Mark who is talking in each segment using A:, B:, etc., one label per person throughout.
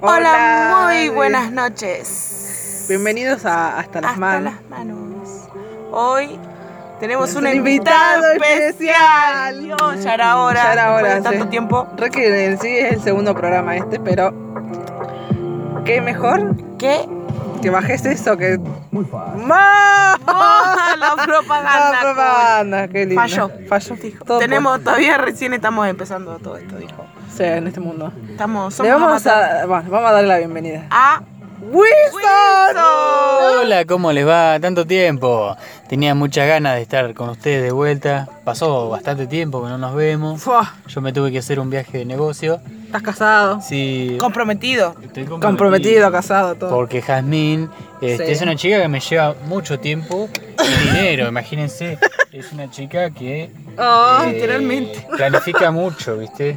A: Hola, muy buenas noches.
B: Bienvenidos a Hasta las
A: Hasta
B: Manos.
A: las manos. Hoy tenemos
B: Es
A: un
B: un
A: invitado
B: invitado
A: especial.
B: especial.
A: Dios, ya era hora.
B: Ya era
A: después
B: hora,
A: de tanto
B: sí.
A: tiempo.
B: Re que en sí es el segundo programa este, pero qué mejor
A: ¿Qué?
B: que bajes eso que
C: Muy fácil.
B: más
A: Oh, la
B: Ah,
A: propaganda.
B: propaganda, qué lindo.
A: Falló.
B: Falló.
A: Dijo,
B: Todo
A: Tenemos, todavía recién estamos empezando todo esto, dijo.
B: por- Sí, en este mundo.
A: Estamos,
B: Le
A: somos
B: vamos
A: amateurs.
B: a, bueno, vamos a darle la bienvenida.
A: a
B: ¡Wilson!
C: Hola, ¿cómo les va? Tanto tiempo. Tenía muchas ganas de estar con ustedes de vuelta. Pasó bastante tiempo que no nos vemos.
B: Fua,
C: Yo me tuve que hacer un viaje de negocio.
B: Estás casado,
C: Sí.
A: comprometido.
C: estoy
B: comprometido, casado, todo.
C: Porque Jazmín este,
B: Sí.
C: es una chica que me lleva mucho tiempo y dinero, imagínense. Es una chica que
B: Oh,
C: eh, planifica mucho, ¿viste?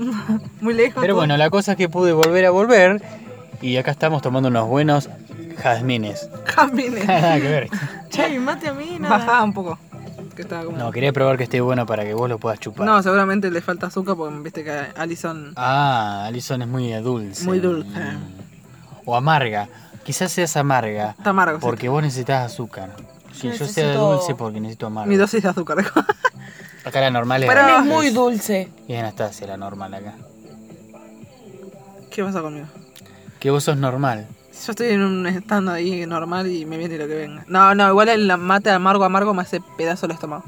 B: muy lejos.
C: Pero
B: todo.
C: bueno, la cosa es que pude volver a volver y acá estamos tomando unos buenos jazmines.
B: Camine.
C: Nada que ver.
A: Che, mi mate a mí, nada.
B: Bajaba un poco. Que estaba como...
C: No, quería probar que esté bueno para que vos lo puedas chupar.
B: No, seguramente le falta azúcar porque viste que a Alison.
C: Ah, Alison es muy dulce. Mm.
B: Muy dulce.
C: O amarga. Quizás seas amarga.
B: Está amargo. sí.
C: Porque vos necesitas azúcar. Que yo sea
A: necesito-
C: dulce porque necesito amargo.
B: Mi dosis de azúcar.
C: Acá la normal es.
B: Pero-
A: Es muy dulce.
C: Y es Anastasia la normal acá.
B: ¿Qué pasa conmigo?
C: Que vos sos normal.
B: Yo estoy en un stand ahí normal y me viene lo que venga. No, no, igual el mate amargo amargo me hace pedazo el estómago.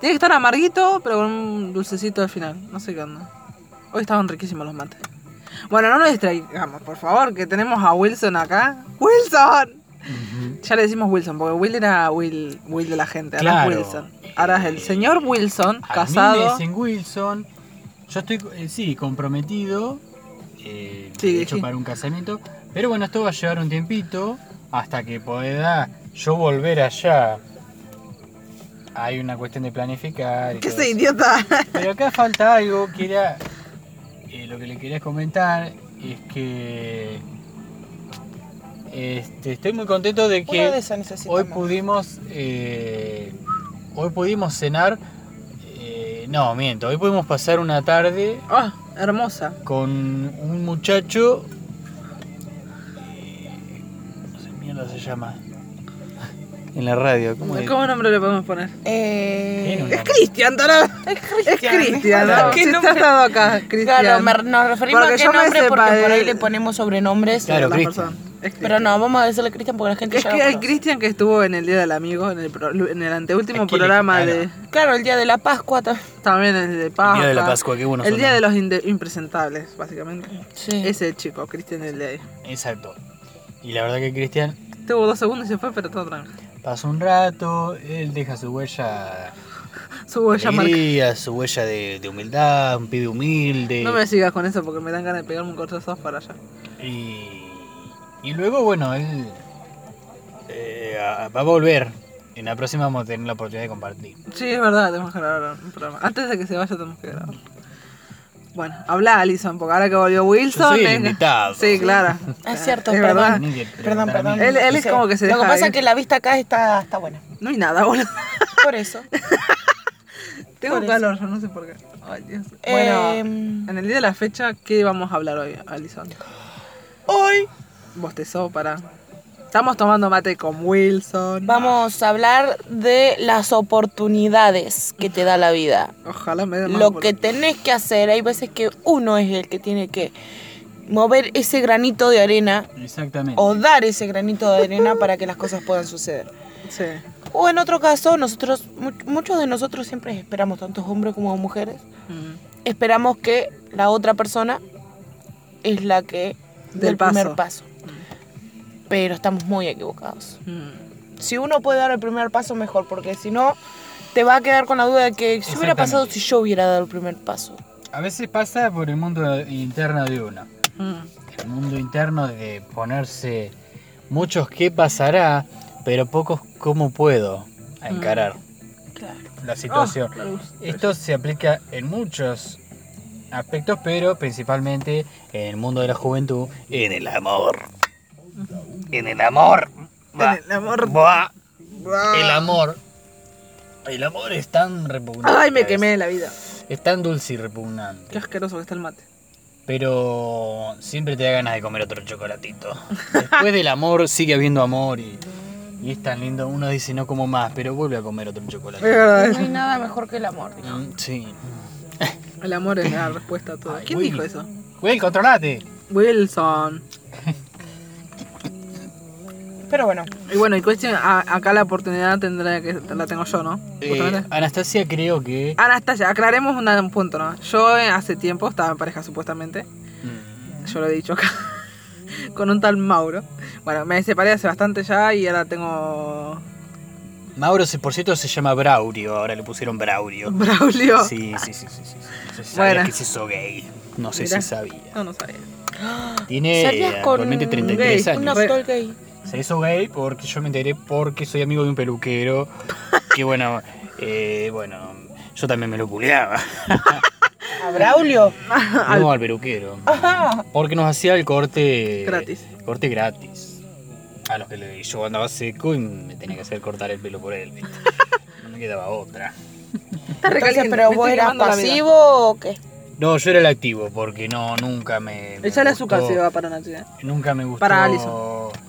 B: Tiene que estar amarguito, pero con un dulcecito al final. No sé qué onda. Hoy estaban riquísimos los mates. Bueno, no nos distraigamos, por favor, que tenemos a Wilson acá. ¡Wilson! Ya le decimos Wilson, porque Will era Will, Will de la gente, ahora
C: Claro.
B: es Wilson. Ahora es el señor Wilson,
C: A mí me
B: casado.
C: dicen Wilson. Yo estoy, eh, sí, comprometido. eh,
B: Sí,
C: de hecho,
B: sí.
C: para un casamiento. Pero bueno, esto va a llevar un tiempito hasta que pueda yo volver allá. Hay una cuestión de planificar. y
B: ¿Qué
C: todo
B: se
C: eso.
B: idiota?
C: Pero acá falta algo que era. eh, lo que le quería comentar es que. este, estoy muy contento de que.
A: Una de esas necesitamos.
C: Hoy pudimos. eh, hoy pudimos cenar. eh, no, miento. Hoy pudimos pasar una tarde
B: Oh, hermosa.
C: con un muchacho. eh, No sé, mierda se llama. En la radio, ¿cómo es?
B: ¿Cómo nombre le podemos poner?
C: Tiene un
A: Eh,
B: Es
C: nombre.
B: Cristian, tarado.
A: es
B: Es Cristian,
C: Claro.
B: ¿no?
A: ¿Qué
B: Si
A: nombre?
B: estás dado acá, Cristian.
A: Claro, me- nos referimos
B: Porque
A: a qué
B: yo me
A: nombre porque
B: separé-
A: por ahí le ponemos sobrenombres.
C: Claro,
B: La
C: Cristian.
B: persona. Es Cristian.
A: Pero no, vamos a decirle Cristian porque la gente
B: Es
A: ya lo
B: que hay
A: conoce.
B: Cristian que estuvo en el Día del Amigo, en el, pro- en el anteúltimo
C: Aquí le-
B: programa
C: ah, no.
B: de...
A: Claro, el día de la Pascua también.
B: También el de Pascua.
C: Día de la Pascua, qué bueno
B: El
C: son
B: Día
C: los-
B: de los inde- impresentables, básicamente.
A: Sí.
B: Ese chico, Cristian, el de ahí.
C: Exacto. Y la verdad que Cristian
B: Tuvo dos segundos y se fue, pero todo tranquilo.
C: Pasa un rato, él deja su huella
B: Su
C: de
B: huella marca.
C: alegría, su huella de, de humildad, un pibe humilde.
B: No me sigas con eso porque me dan ganas de pegarme un cortazo para allá.
C: y, y luego, bueno, él eh, a- va a volver. En la próxima vamos a tener la oportunidad de compartir.
B: Sí, es verdad, tenemos que grabar un programa. Antes de que se vaya, tenemos que grabar. Bueno, habla Alison, porque ahora que volvió Wilson.
C: soy el
B: venga.
C: invitado.
B: Sí, claro.
A: Es cierto,
B: es
A: perdón.
B: verdad.
C: Ni que
A: Ah, Perdón,
C: preguntar a
A: perdón.
C: mí.
B: Él- él es como que se
A: Lo que
B: deja
A: pasa
B: ir.
A: es que la vista acá está, está buena.
B: No hay nada, boludo.
A: Por eso.
B: Tengo
A: Por eso.
B: calor, yo no sé por qué. Ay, Dios. Bueno,
A: Eh,
B: en el día de la fecha, ¿qué vamos a hablar hoy, Alison?
A: hoy
B: Bostezó para. Estamos tomando mate con Wilson.
A: vamos a hablar de las oportunidades que te da la vida.
B: Ojalá me dé más
A: Lo
B: por-
A: que tenés que hacer, hay veces que uno es el que tiene que mover ese granito de arena
C: Exactamente.
A: o dar ese granito de arena para que las cosas puedan suceder.
B: Sí.
A: O en otro caso, nosotros, mu- muchos de nosotros siempre esperamos, tantos hombres como mujeres,
B: Mm.
A: esperamos que la otra persona es la que
B: Del
A: dé el primer
B: paso.
A: paso. Pero estamos muy equivocados.
B: Mm.
A: Si uno puede dar el primer paso, mejor, porque si no, te va a quedar con la duda de que si hubiera
C: Exactamente.
A: pasado si yo hubiera dado el primer paso.
C: A veces pasa por el mundo interno de uno.
B: Mm.
C: El mundo interno de ponerse muchos qué pasará, pero pocos cómo puedo a encarar
A: Mm, Claro.
C: la situación.
B: Oh, la luz.
C: Esto se aplica en muchos aspectos, pero principalmente en el mundo de la juventud, en el amor. En el amor. Va.
B: En el amor.
C: Va.
B: Ah.
C: El amor. El amor es tan repugnante.
B: Ay, me
C: a veces.
B: quemé la vida.
C: Es tan dulce y
B: Qué
C: repugnante.
B: asqueroso que está el mate.
C: Pero siempre te da ganas de comer otro chocolatito. Después del amor sigue habiendo amor y, y es tan lindo. Uno dice no como más, pero vuelve a comer otro
B: Es
C: chocolate.
A: No
B: verdad.
A: hay nada mejor que el amor, dijo.
C: Mm, Sí.
B: El amor es la respuesta a todo.
C: Ay,
B: ¿Quién
C: Will.
B: dijo eso?
C: Will, controlate.
B: Wilson.
A: Pero bueno,
B: Y bueno, y cuestión, a- acá la oportunidad tendré que la tengo yo, ¿no?
C: Eh,
B: Justamente.
C: Anastasia creo que...
B: Anastasia, aclaremos una- un punto, ¿no? Yo eh, hace tiempo estaba en pareja supuestamente,
C: Mm,
B: yo lo he dicho acá, con un tal Mauro. Bueno, me separé hace bastante ya y ahora tengo
C: Mauro, se- por cierto, se llama Braurio. Ahora le pusieron Braurio.
B: Braulio.
C: Sí, sí, sí, sí. sí, sí. No sé si
B: Bueno.
C: sabía que se hizo gay. No sé
B: Mirá.
C: si sabía.
B: No, no sabía.
C: Tiene
A: ¿Salías con
C: actualmente 33
B: gay?
A: un
C: años.
B: Re-
A: actor gay.
C: Se hizo gay porque yo me enteré porque soy amigo de un peluquero. Que bueno, eh, bueno, yo también me lo culeaba.
A: ¿A Braulio?
C: No al peluquero.
A: Ajá.
C: Porque nos hacía el corte.
B: Gratis.
C: Corte gratis. A los que le- yo andaba seco y me tenía que hacer cortar el pelo por él. ¿viste? No me quedaba otra.
B: Está
A: Entonces,
B: recaliente,
A: ¿pero
B: me
A: vos
B: estoy
A: eras
B: quemando la vida.
A: pasivo o qué?
C: No, yo era el activo porque no, nunca me. me
B: Echale azúcar
C: gustó-
B: si va para
A: ¿eh?
B: Nacho.
C: Nunca me gustó.
B: Para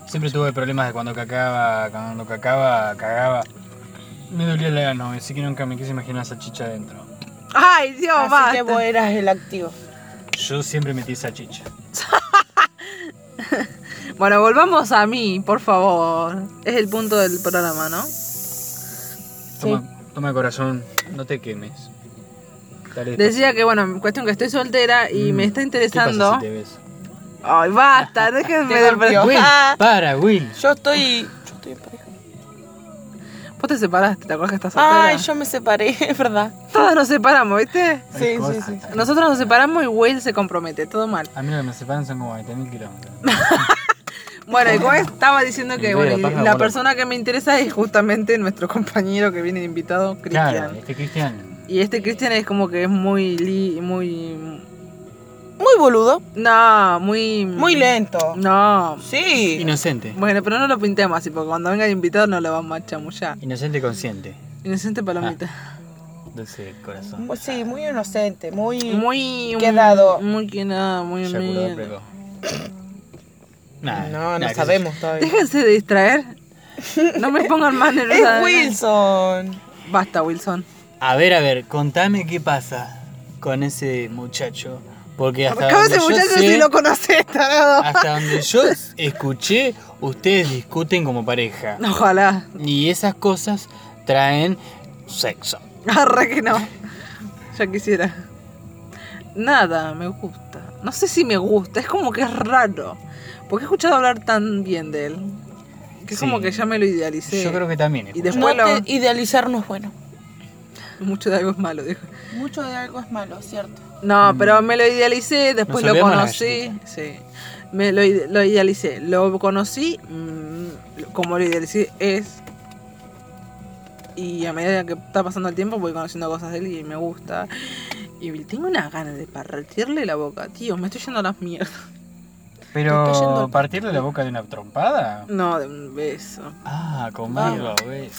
C: Siempre tuve problemas de cuando cacaba, cuando cacaba, cagaba. Me dolía la gana, así que nunca me quise imaginar salchicha adentro.
B: Ay, Dios,
A: Así
B: basta.
A: que vos eras el activo.
C: Yo siempre metí salchicha.
B: Bueno, volvamos a mí, por favor. Es el punto del programa, ¿no?
C: Toma, toma corazón, no te quemes. Dale,
B: Decía que, bueno, cuestión que estoy soltera y
C: Mm,
B: me está
C: ¿qué pasa
B: interesando.
C: si te ves?
B: Ay, basta, déjenme
A: Te
B: de
A: golpeó.
C: Will,
A: Ah.
C: para, Will.
A: Yo estoy... Yo estoy en pareja.
B: Vos te separaste, ¿te acuerdas que estás soltera?
A: Ay, yo me separé, es verdad.
B: Todos nos separamos, ¿viste?
A: Sí,
C: Ay,
A: sí,
C: cosa.
A: sí.
B: Nosotros nos separamos y Will se compromete, todo mal.
C: A mí lo que me separan son como 20.000 kilómetros.
B: Bueno, y como estaba diciendo que
C: Sí,
B: bueno, y
C: la paja,
B: la
C: boludo.
B: persona que me interesa es justamente nuestro compañero que viene invitado,
C: Claro,
B: Cristian.
C: este Cristian.
B: Y este Cristian es como que es muy li- muy
A: Muy boludo.
B: no, muy
A: Muy lento.
B: No.
A: Sí.
C: Inocente.
B: Bueno, pero no lo pintemos así, porque cuando venga el invitado no lo vamos a chamullar.
C: Inocente consciente.
B: Inocente palomita.
C: Ah. Dulce corazón.
A: Mu- Pues Sí, muy inocente, muy...
B: Muy
A: Quedado.
B: Muy quedado, muy
C: Eyaculador
B: humilde.
C: precoz. Nah,
A: No,
C: nah,
A: no
C: qué sé
A: sabemos todavía.
B: Déjense de distraer. No me pongan más nerviosa.
A: Es
B: de-
A: Wilson.
B: Basta, Wilson.
C: A ver, a ver, contame qué pasa con ese muchacho. Porque hasta
B: Acaba
C: donde,
B: ese
C: yo Ah.
B: muchacho
C: sé-
B: si lo conoces, tarado.
C: hasta donde yo escuché, ustedes discuten como pareja.
B: Ojalá.
C: Y esas cosas traen sexo.
B: Arre que no. Ya quisiera. Nada, me gusta. No sé si me gusta, es como que es raro. Porque he escuchado hablar tan bien de él. Que es
C: Sí.
B: como que ya me lo idealicé.
C: Yo creo que también.
B: Y
C: escuché.
A: No
B: después lo-
A: te- idealizar no es bueno.
B: Mucho de algo es malo, dijo.
A: Mucho de algo es malo, ¿cierto?
B: No,
C: Mm.
B: pero me lo idealicé, después
C: Nos
B: lo
C: olvidamos
B: conocí. Sí. Me lo, ide- lo idealicé. Lo conocí mm, como lo idealicé es. Y a medida que está pasando el tiempo voy conociendo cosas de él y me gusta. Y tengo unas ganas de partirle la boca, tío. Me estoy yendo a las mierdas.
A: te está yendo
C: Pero
A: el-
C: partirle la boca de una trompada.
B: No, de un beso.
C: Ah, conmigo, ves.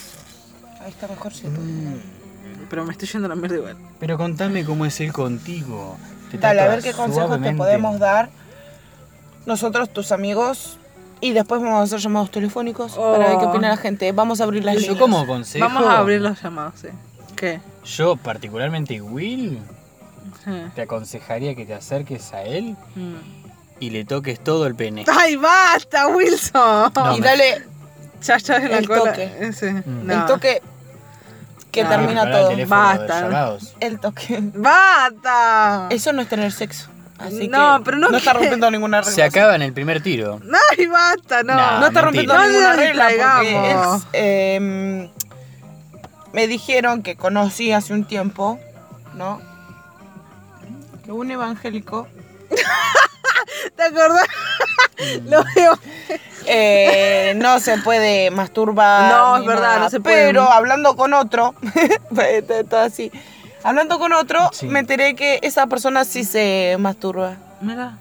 A: Ahí está mejor si
C: Mm.
B: Pero me estoy yendo a la mierda igual.
C: Pero contame cómo es él contigo. Te
A: Dale, a
C: trata
A: ver qué consejos te
C: suavemente.
A: podemos dar nosotros, tus amigos. Y después vamos a hacer llamados telefónicos
B: Oh.
A: para ver qué opina la gente. Vamos a abrir las
C: Yo
A: líneas.
C: como consejo,
B: Vamos a abrir los llamados, sí. ¿Qué?
C: yo particularmente Will,
B: Eh,
C: te aconsejaría que te acerques a él
B: mm.
C: y le toques todo el pene.
B: ¡Ay, basta, Wilson!
C: No,
A: y
C: me-
A: dale
B: Ya, ya en la
A: El
B: cola.
A: toque.
B: Ese.
C: Mm.
B: No.
A: el toque que
B: No.
A: termina
C: Prepará Ah, el
A: todo.
C: teléfono de
B: Basta.
C: llamados.
A: El toque.
B: ¡Bata!
A: Eso no es tener sexo. Así
B: No,
A: que
B: pero no
A: está
B: que-
A: rompiendo ninguna regla.
C: Se acaba en el primer tiro.
B: ¡Ay, bata! No.
A: No está
C: Ah, Mentira.
A: rompiendo
B: No
A: ninguna
B: nos
A: regla porque
B: distraigamos.
A: es, em, me dijeron que conocí hace un tiempo, ¿no? Que un evangélico
B: ¿Te acordás? Lo veo.
A: eh, no se puede masturbar.
B: No,
A: ni
B: es verdad,
A: nada,
B: no se puede.
A: Pero hablando con otro, todo- todo así. Hablando con otro,
C: Sí.
A: me enteré que esa persona sí se masturba.
B: Mira.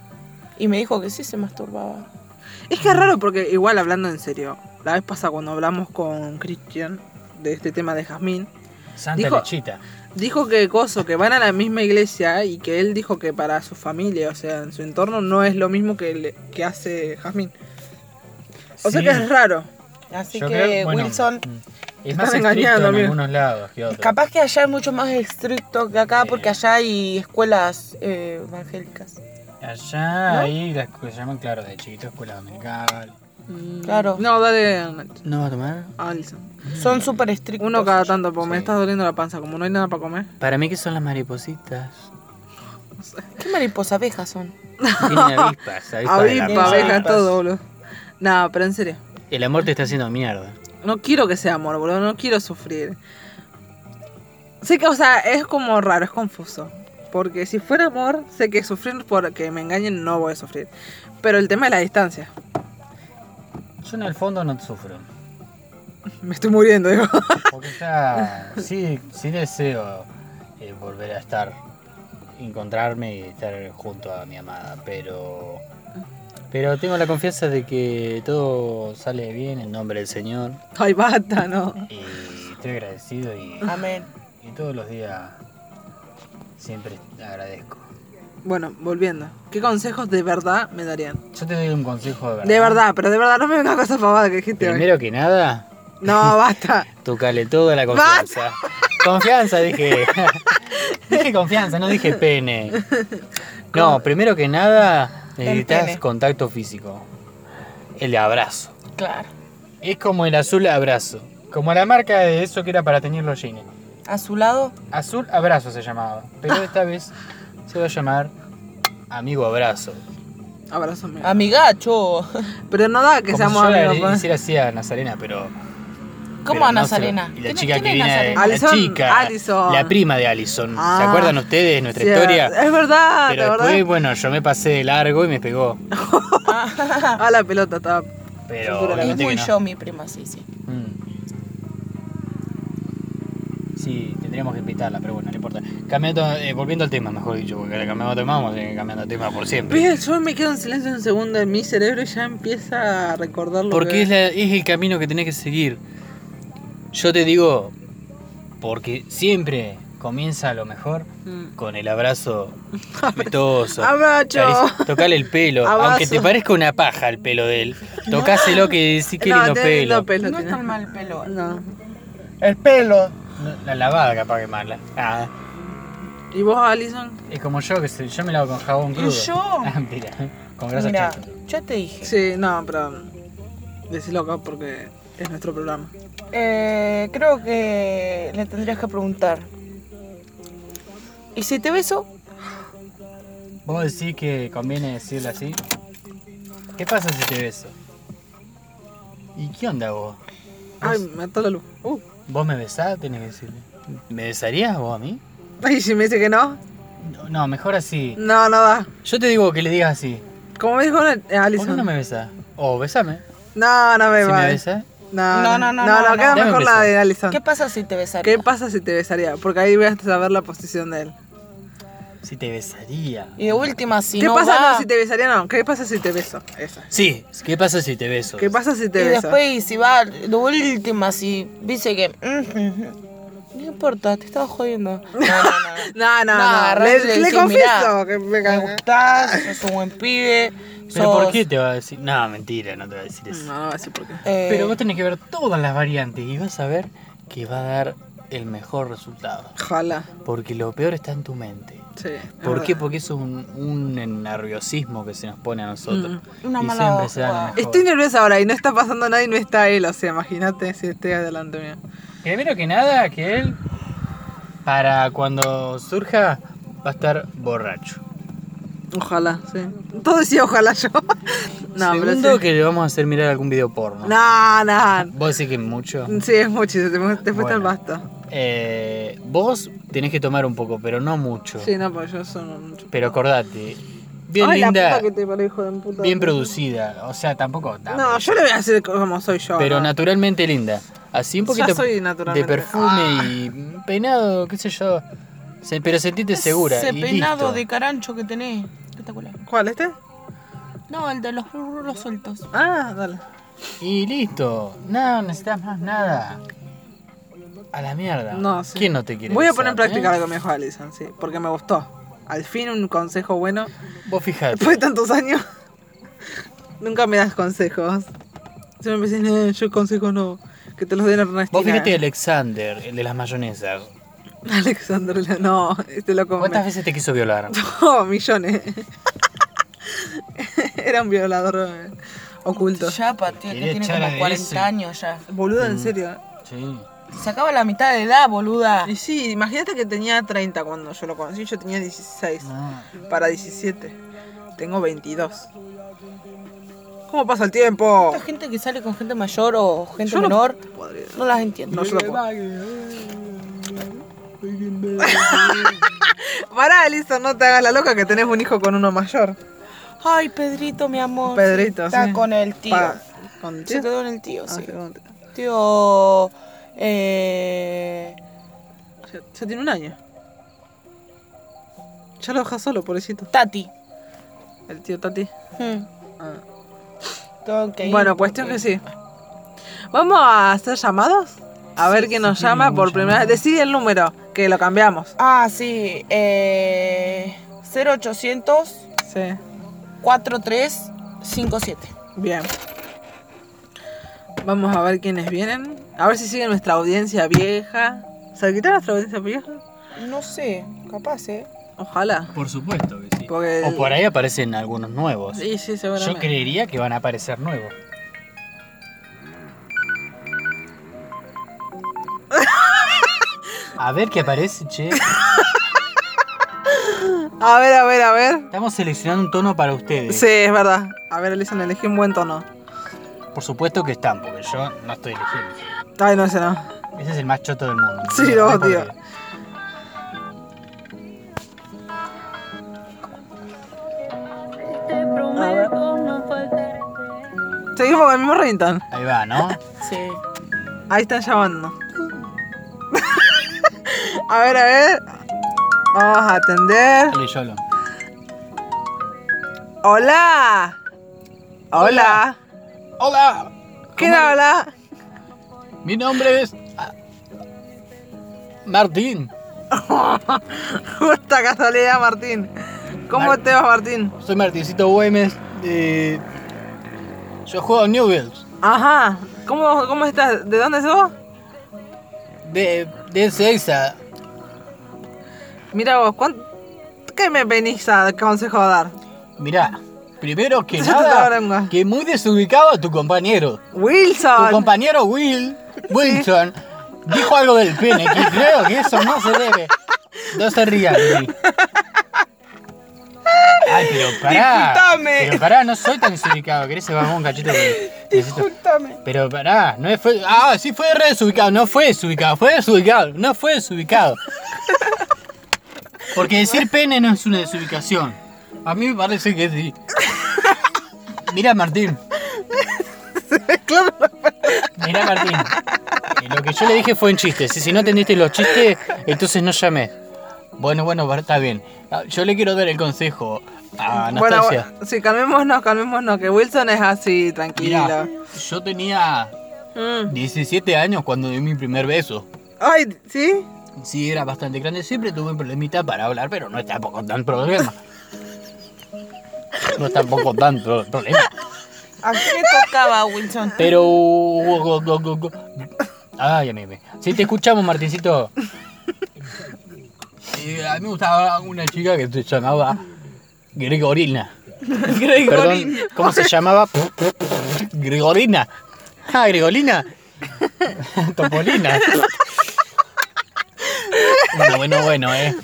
A: Y me dijo que sí se masturbaba.
B: Es que es raro porque, igual hablando en serio, la vez pasada cuando hablamos con Christian de este tema de Jazmín,
C: Santa
B: Dijo-
C: Lechita.
B: dijo que Coso, que van a la misma iglesia y que él dijo que para su familia, o sea, en su entorno, no es lo mismo que, le- que hace Jazmín. O sea
C: Sí,
B: que es raro.
A: Así
C: yo
A: que,
C: creo- bueno,
A: Wilson,
C: Es más
B: están
C: estricto
B: engañando,
C: en
B: amigo.
C: algunos lados que otros.
A: capaz que allá es mucho más estricto que acá
C: Sí.
A: porque allá hay escuelas eh, evangélicas.
C: Allá,
A: ¿No?
C: ahí las que se llaman, claro, de chiquito, escuela dominical.
A: Claro.
B: Mm. No, dale a Nacho.
C: ¿No va a tomar?
B: a Alison.
A: Son
C: Mm.
A: súper estrictos.
B: Uno cada tanto, porque me
C: Sí.
B: está doliendo la panza. Como no hay nada para comer.
C: Para mí que son las maripositas.
A: ¿Qué mariposas abejas son?
C: Tienen avispas, avispas de la
B: Avispa,
C: panza.
B: abeja,
A: avispas.
B: todo, boludo. Nada, pero en serio.
C: El amor te está haciendo mierda.
B: No quiero que sea amor, boludo. No quiero sufrir. Sé que, o sea, es como raro, es confuso. Porque si fuera amor, sé que sufrir porque me engañen no voy a sufrir. Pero el tema es la distancia.
C: Yo en el fondo no sufro.
B: Me estoy muriendo, digo.
C: Porque ya sí, sí deseo eh, volver a estar, encontrarme y estar junto a mi amada, pero pero tengo la confianza de que todo sale bien en nombre del Señor
B: Ay, basta, no.
C: y Eh, estoy agradecido y,
A: Amén.
C: y todos los días siempre agradezco.
B: Bueno, volviendo. ¿Qué consejos de verdad me darían?
C: Yo te doy un consejo de verdad.
B: De verdad, pero de verdad no me vengas con esa pavada que dijiste hoy.
C: Primero que nada,
B: No, basta.
C: Tocale toda la confianza. Confianza, dije. dije confianza, no dije pene. No, primero que nada,
A: El
C: necesitas
A: pene.
C: contacto físico. El abrazo.
A: Claro.
C: Es como el azul abrazo. Como la marca de eso que era para tener los jeans.
A: A su lado,
C: Azul abrazo se llamaba.
B: Ah.
C: Pero esta vez se va a llamar amigo abrazo.
B: Abrázame.
A: amigacho.
B: Pero no da que
C: Ah. como
B: seamos
C: si yo
B: amigos.
C: le
B: pues.
C: hiciera así a Nazarena, pero.
A: ¿Cómo
C: pero
A: a
C: no se-
A: Nazarena?
C: y la
A: ¿Quién es-
C: chica
A: quién
C: que
A: es
C: viene.
A: Nazarena?
B: Alison,
C: la chica.
B: Alison.
C: La prima de Allison. ¿Se
B: Ah.
C: acuerdan ustedes de nuestra
B: Sí,
C: historia?
B: Es verdad, de
C: Pero
B: verdad.
C: después, bueno, yo me pasé de largo y me pegó.
B: A la pelota estaba. Cintura
C: Pero
A: Es
C: obviamente
A: Ah, muy
C: que no.
A: yo, mi prima, sí, sí.
C: Mm. Sí, tendríamos que invitarla, pero bueno, no importa. Cambiando, eh, volviendo al tema, mejor dicho, porque ahora cambiamos de tema, vamos a seguir cambiando de tema por siempre.
B: Ve, Yo me quedo en silencio un segundo en mi cerebro y ya empieza a recordar lo
C: Porque
B: que
C: es, la- es el camino que tenés que seguir. Yo te digo, porque siempre comienza lo mejor
B: Mm.
C: con el abrazo metoso.
B: Abracho.
C: Caricia- Tocale el pelo,
B: Abrazo.
C: aunque te parezca una paja el pelo de él. Tocáselo que decís que
B: no,
C: lindo
B: tiene lindo
C: pelo.
B: pelo.
A: no es
B: tiene.
A: tan mal pelo.
B: No.
A: El pelo.
C: No, La lavada capaz que mala. Ah,
B: ¿Y vos, Alison?
C: es como yo, que se- yo me lavo con jabón
A: ¿Y
C: crudo.
A: yo?
C: Ah, mira, con grasa
A: Mira,
C: chata.
A: yo te dije.
B: Sí, no, pero. Decilo acá porque es nuestro programa.
A: Eh, creo que le tendrías que preguntar. ¿Y si te beso?
C: ¿Vos decís que conviene decirle así? ¿Qué pasa si te beso? ¿Y qué onda vos? Ah,
B: Ay, me ató la luz. Uh.
C: ¿Vos me besás? Tenés que decirle. ¿Me besarías vos a mí?
B: Ay, si me dice que no.
C: No, no, mejor así.
B: No, no da.
C: Yo te digo que le digas así.
B: Como me dijo eh,
C: ¿Por qué
B: Alison.
C: no me besás? O besame.
B: No, no me
C: Si
B: va.
C: me besás,
B: No,
A: No, no, no, no, no.
B: queda
C: Dame
B: mejor
C: un
B: la
C: beso.
B: de Alison.
A: ¿Qué
B: Ah. ¿Qué,
A: pasa si te besaría?
B: pasa si te besaría? Porque ahí voy a saber la posición de él.
C: si te besaría.
A: Y de última, si
B: ¿Qué
A: no
B: pasa
A: va,
B: no, si te besaría? No, ¿qué pasa si te beso? Esa.
C: Sí, ¿qué pasa si te beso?
B: ¿Qué pasa si te
A: Y
B: beso?
A: después, y si va, de última, si dice que... "Mm, No importa, te estaba jodiendo. No, no, no.
B: No, no,
A: No,
B: no.
A: re-
B: Le,
A: le
B: le
A: decís,
B: confieso
A: "Mirá,
B: que me
A: Me
B: caga.
A: gustás, sos un buen pibe.
C: ¿Pero por
A: sos,
C: qué te va a decir? No, mentira, no te va a decir eso.
B: No, así porque.
A: eh,
C: Pero vos tenés que ver todas las variantes y vas a ver que va a dar el mejor resultado.
B: Ojalá.
C: Porque lo peor está en tu mente.
B: Sí. es
C: ¿Por qué?
B: verdad.
C: Porque eso es un, un nerviosismo que se nos pone a nosotros.
B: Mm,
A: Una
C: y
A: mala
C: siempre se da
A: jugada.
C: lo mejor.
B: Estoy nerviosa ahora y no está pasando nada y no está él. O sea, imagínate si estoy adelante mío.
C: Primero que nada, que él, para cuando surja, va a estar borracho.
B: Ojalá, sí. Todo decía ojalá yo. No, pero
C: Segundo,
B: sí.
C: que le vamos a hacer mirar algún video porno.
B: No, Mm. no.
C: Vos decís que mucho.
B: Sí, es muchísimo. Te, mu- te fuiste
C: Bueno.
B: al basto.
C: Eh, vos tenés que tomar un poco, pero no mucho.
B: Sí, no, porque yo soy mucho.
C: Pero acordate, bien
B: Ay, la
C: linda,
B: puta que te parió, hijo de puta.
C: bien producida. O sea, tampoco. tan-
B: No, yo le voy a decir como soy yo.
C: pero
B: ¿no?
C: naturalmente linda. Así un
B: Ya
C: poquito
B: soy
C: de
B: naturalmente. Ah.
C: perfume y peinado, qué sé yo. Se- pero sentite segura.
A: Ese
C: y
A: peinado
C: listo.
A: de carancho que tenés. Espectacular.
B: ¿Cuál, este?
A: No, el de los rulos sueltos.
B: Ah, dale.
C: Y listo. No necesitas más nada. A la mierda.
B: No, sí.
C: ¿Quién no te quiere
B: Voy a poner en
C: besar,
B: práctica
C: eh?
B: lo que me dijo Alison, sí, porque me gustó. Al fin un consejo bueno.
C: Vos fijate.
B: Después de tantos años, nunca me das consejos. Siempre me dicen, "Eh, yo consejos no, que te los den Ernestina.
C: Vos fíjate Alexander, el de las mayonesas.
B: Alexander, no, este loco. me-
C: ¿Cuántas veces te quiso violar?
B: Oh, millones. Era un violador eh, oculto.
A: Chapa, tío, que
C: Quería
A: tiene
C: echar a
A: como
C: ese.
A: 40 años ya.
B: Boludo,
C: Mm.
B: en serio.
C: Sí.
A: Se acaba la mitad de edad, boluda.
C: Ah.
B: Y sí, imagínate que tenía 30 cuando yo lo conocí, yo tenía 16
C: Ah,
B: para 17. Tengo 22. ¿Cómo pasa el tiempo?
A: Esta gente que sale con gente mayor o gente
B: Yo no-
A: menor,
B: Podría.
A: no las entiendo.
B: No, yo lo puedo. Pará, Alison, no te hagas la loca que tenés un hijo con uno mayor.
A: Ay, Pedrito, mi amor.
B: Pedrito,
A: Está
B: sí.
A: con el tío.
B: Pa- ¿Con
A: Se
B: tío?
A: quedó en el tío,
B: Ah,
A: sí.
B: se quedó con tío.
A: Tío. Eh.
B: Ya, ya tiene un año. Ya lo deja solo, pobrecito.
A: Tati.
B: El tío Tati.
A: Hmm.
B: Ah.
A: Tengo que ir
B: Bueno, cuestión
A: porque-
B: que sí. Vamos a hacer llamados. A ver quién nos llama por primera vez. Decide el número, que lo cambiamos.
A: Ah, sí. Eh. 0800
B: Sí.
A: 4357.
B: Bien. Vamos a ver quiénes vienen. A ver si sigue nuestra audiencia vieja. ¿Se quita nuestra audiencia vieja?
A: No sé, capaz, ¿eh?
B: Ojalá.
C: por supuesto que sí.
B: Porque-
C: O por ahí aparecen algunos nuevos.
B: Sí, sí,
C: Yo
B: seguramente.
C: creería que van a aparecer nuevos. A ver qué aparece, che.
B: A ver, a ver, a ver.
C: Estamos seleccionando un tono para ustedes.
B: Sí, es verdad. A ver, Alison, elegí un buen tono.
C: Por supuesto que están, porque yo no estoy eligiendo.
B: Ay, no, ese no.
C: Ese es el más choto del mundo.
B: Sí,
C: Me
B: lo
C: re
B: odio.
C: podría.
D: Te prometo no faltarte.
B: Seguimos con el mismo ringtone.
C: Ahí va, ¿no?
A: Sí.
B: Ahí están llamando. a ver, a ver. Vamos a atender.
C: Dale, Yolo.
B: Hola. Hola.
C: Hola,
B: ¿Quién habla?
C: mi nombre es... ah, Martín.
B: Justa casualidad, Martín. ¿Cómo
C: Mar-
B: te vas, Martín?
C: Soy Martincito Güemes. eh, yo juego a Newells.
B: Ajá. ¿Cómo, ¿Cómo estás? ¿De dónde sos?
C: De, de Ezeiza.
B: Mira vos, ¿cuán- ¿qué me venís a consejo a dar?
C: Mirá, primero que
B: Se te traba la
C: nada,
B: lengua.
C: que muy desubicado a tu compañero. Tu
B: Wilson.
C: compañero Will, Wilson, dijo algo del pene, que creo que eso no se debe. No se rían de mí. Ay, pero pará.
A: Discúlpame.
C: Pero pará, no soy tan desubicado. ¿Querés se un cachito? que necesito?
A: Discúlpame.
C: Pero pará, no fue. Ah, sí fue re desubicado, no fue desubicado, fue desubicado, no fue desubicado. Porque decir pene no es una desubicación. A mí me parece que sí. Mira Martín,
B: Claro.
C: mira Martín. Y lo que yo le dije fue en chistes. Si, si no entendiste los chistes, entonces no llamé. Bueno, bueno, Bart, está bien. Ah, Yo le quiero dar el consejo a
B: Bueno,
C: Anastasia.
B: sí, calmémonos, calmémonos, que Wilson es así, tranquilo.
C: Mirá, yo tenía
B: Mm.
C: 17 años cuando di mi primer beso.
B: Ay, ¿sí?
C: Sí, era bastante grande. Siempre tuve un problemita para hablar, pero no es tampoco tan problema. No es tampoco tan pro- problema.
A: ¿A qué le tocaba Wilson?
C: Pero. Ay, a mí me. Si te escuchamos, Martincito. Eh, a mí me gustaba una chica que se llamaba Gregorina. Perdón, ¿cómo se llamaba? Gregorina. Ah, Gregorina. Topolina. Bueno, bueno, bueno, eh.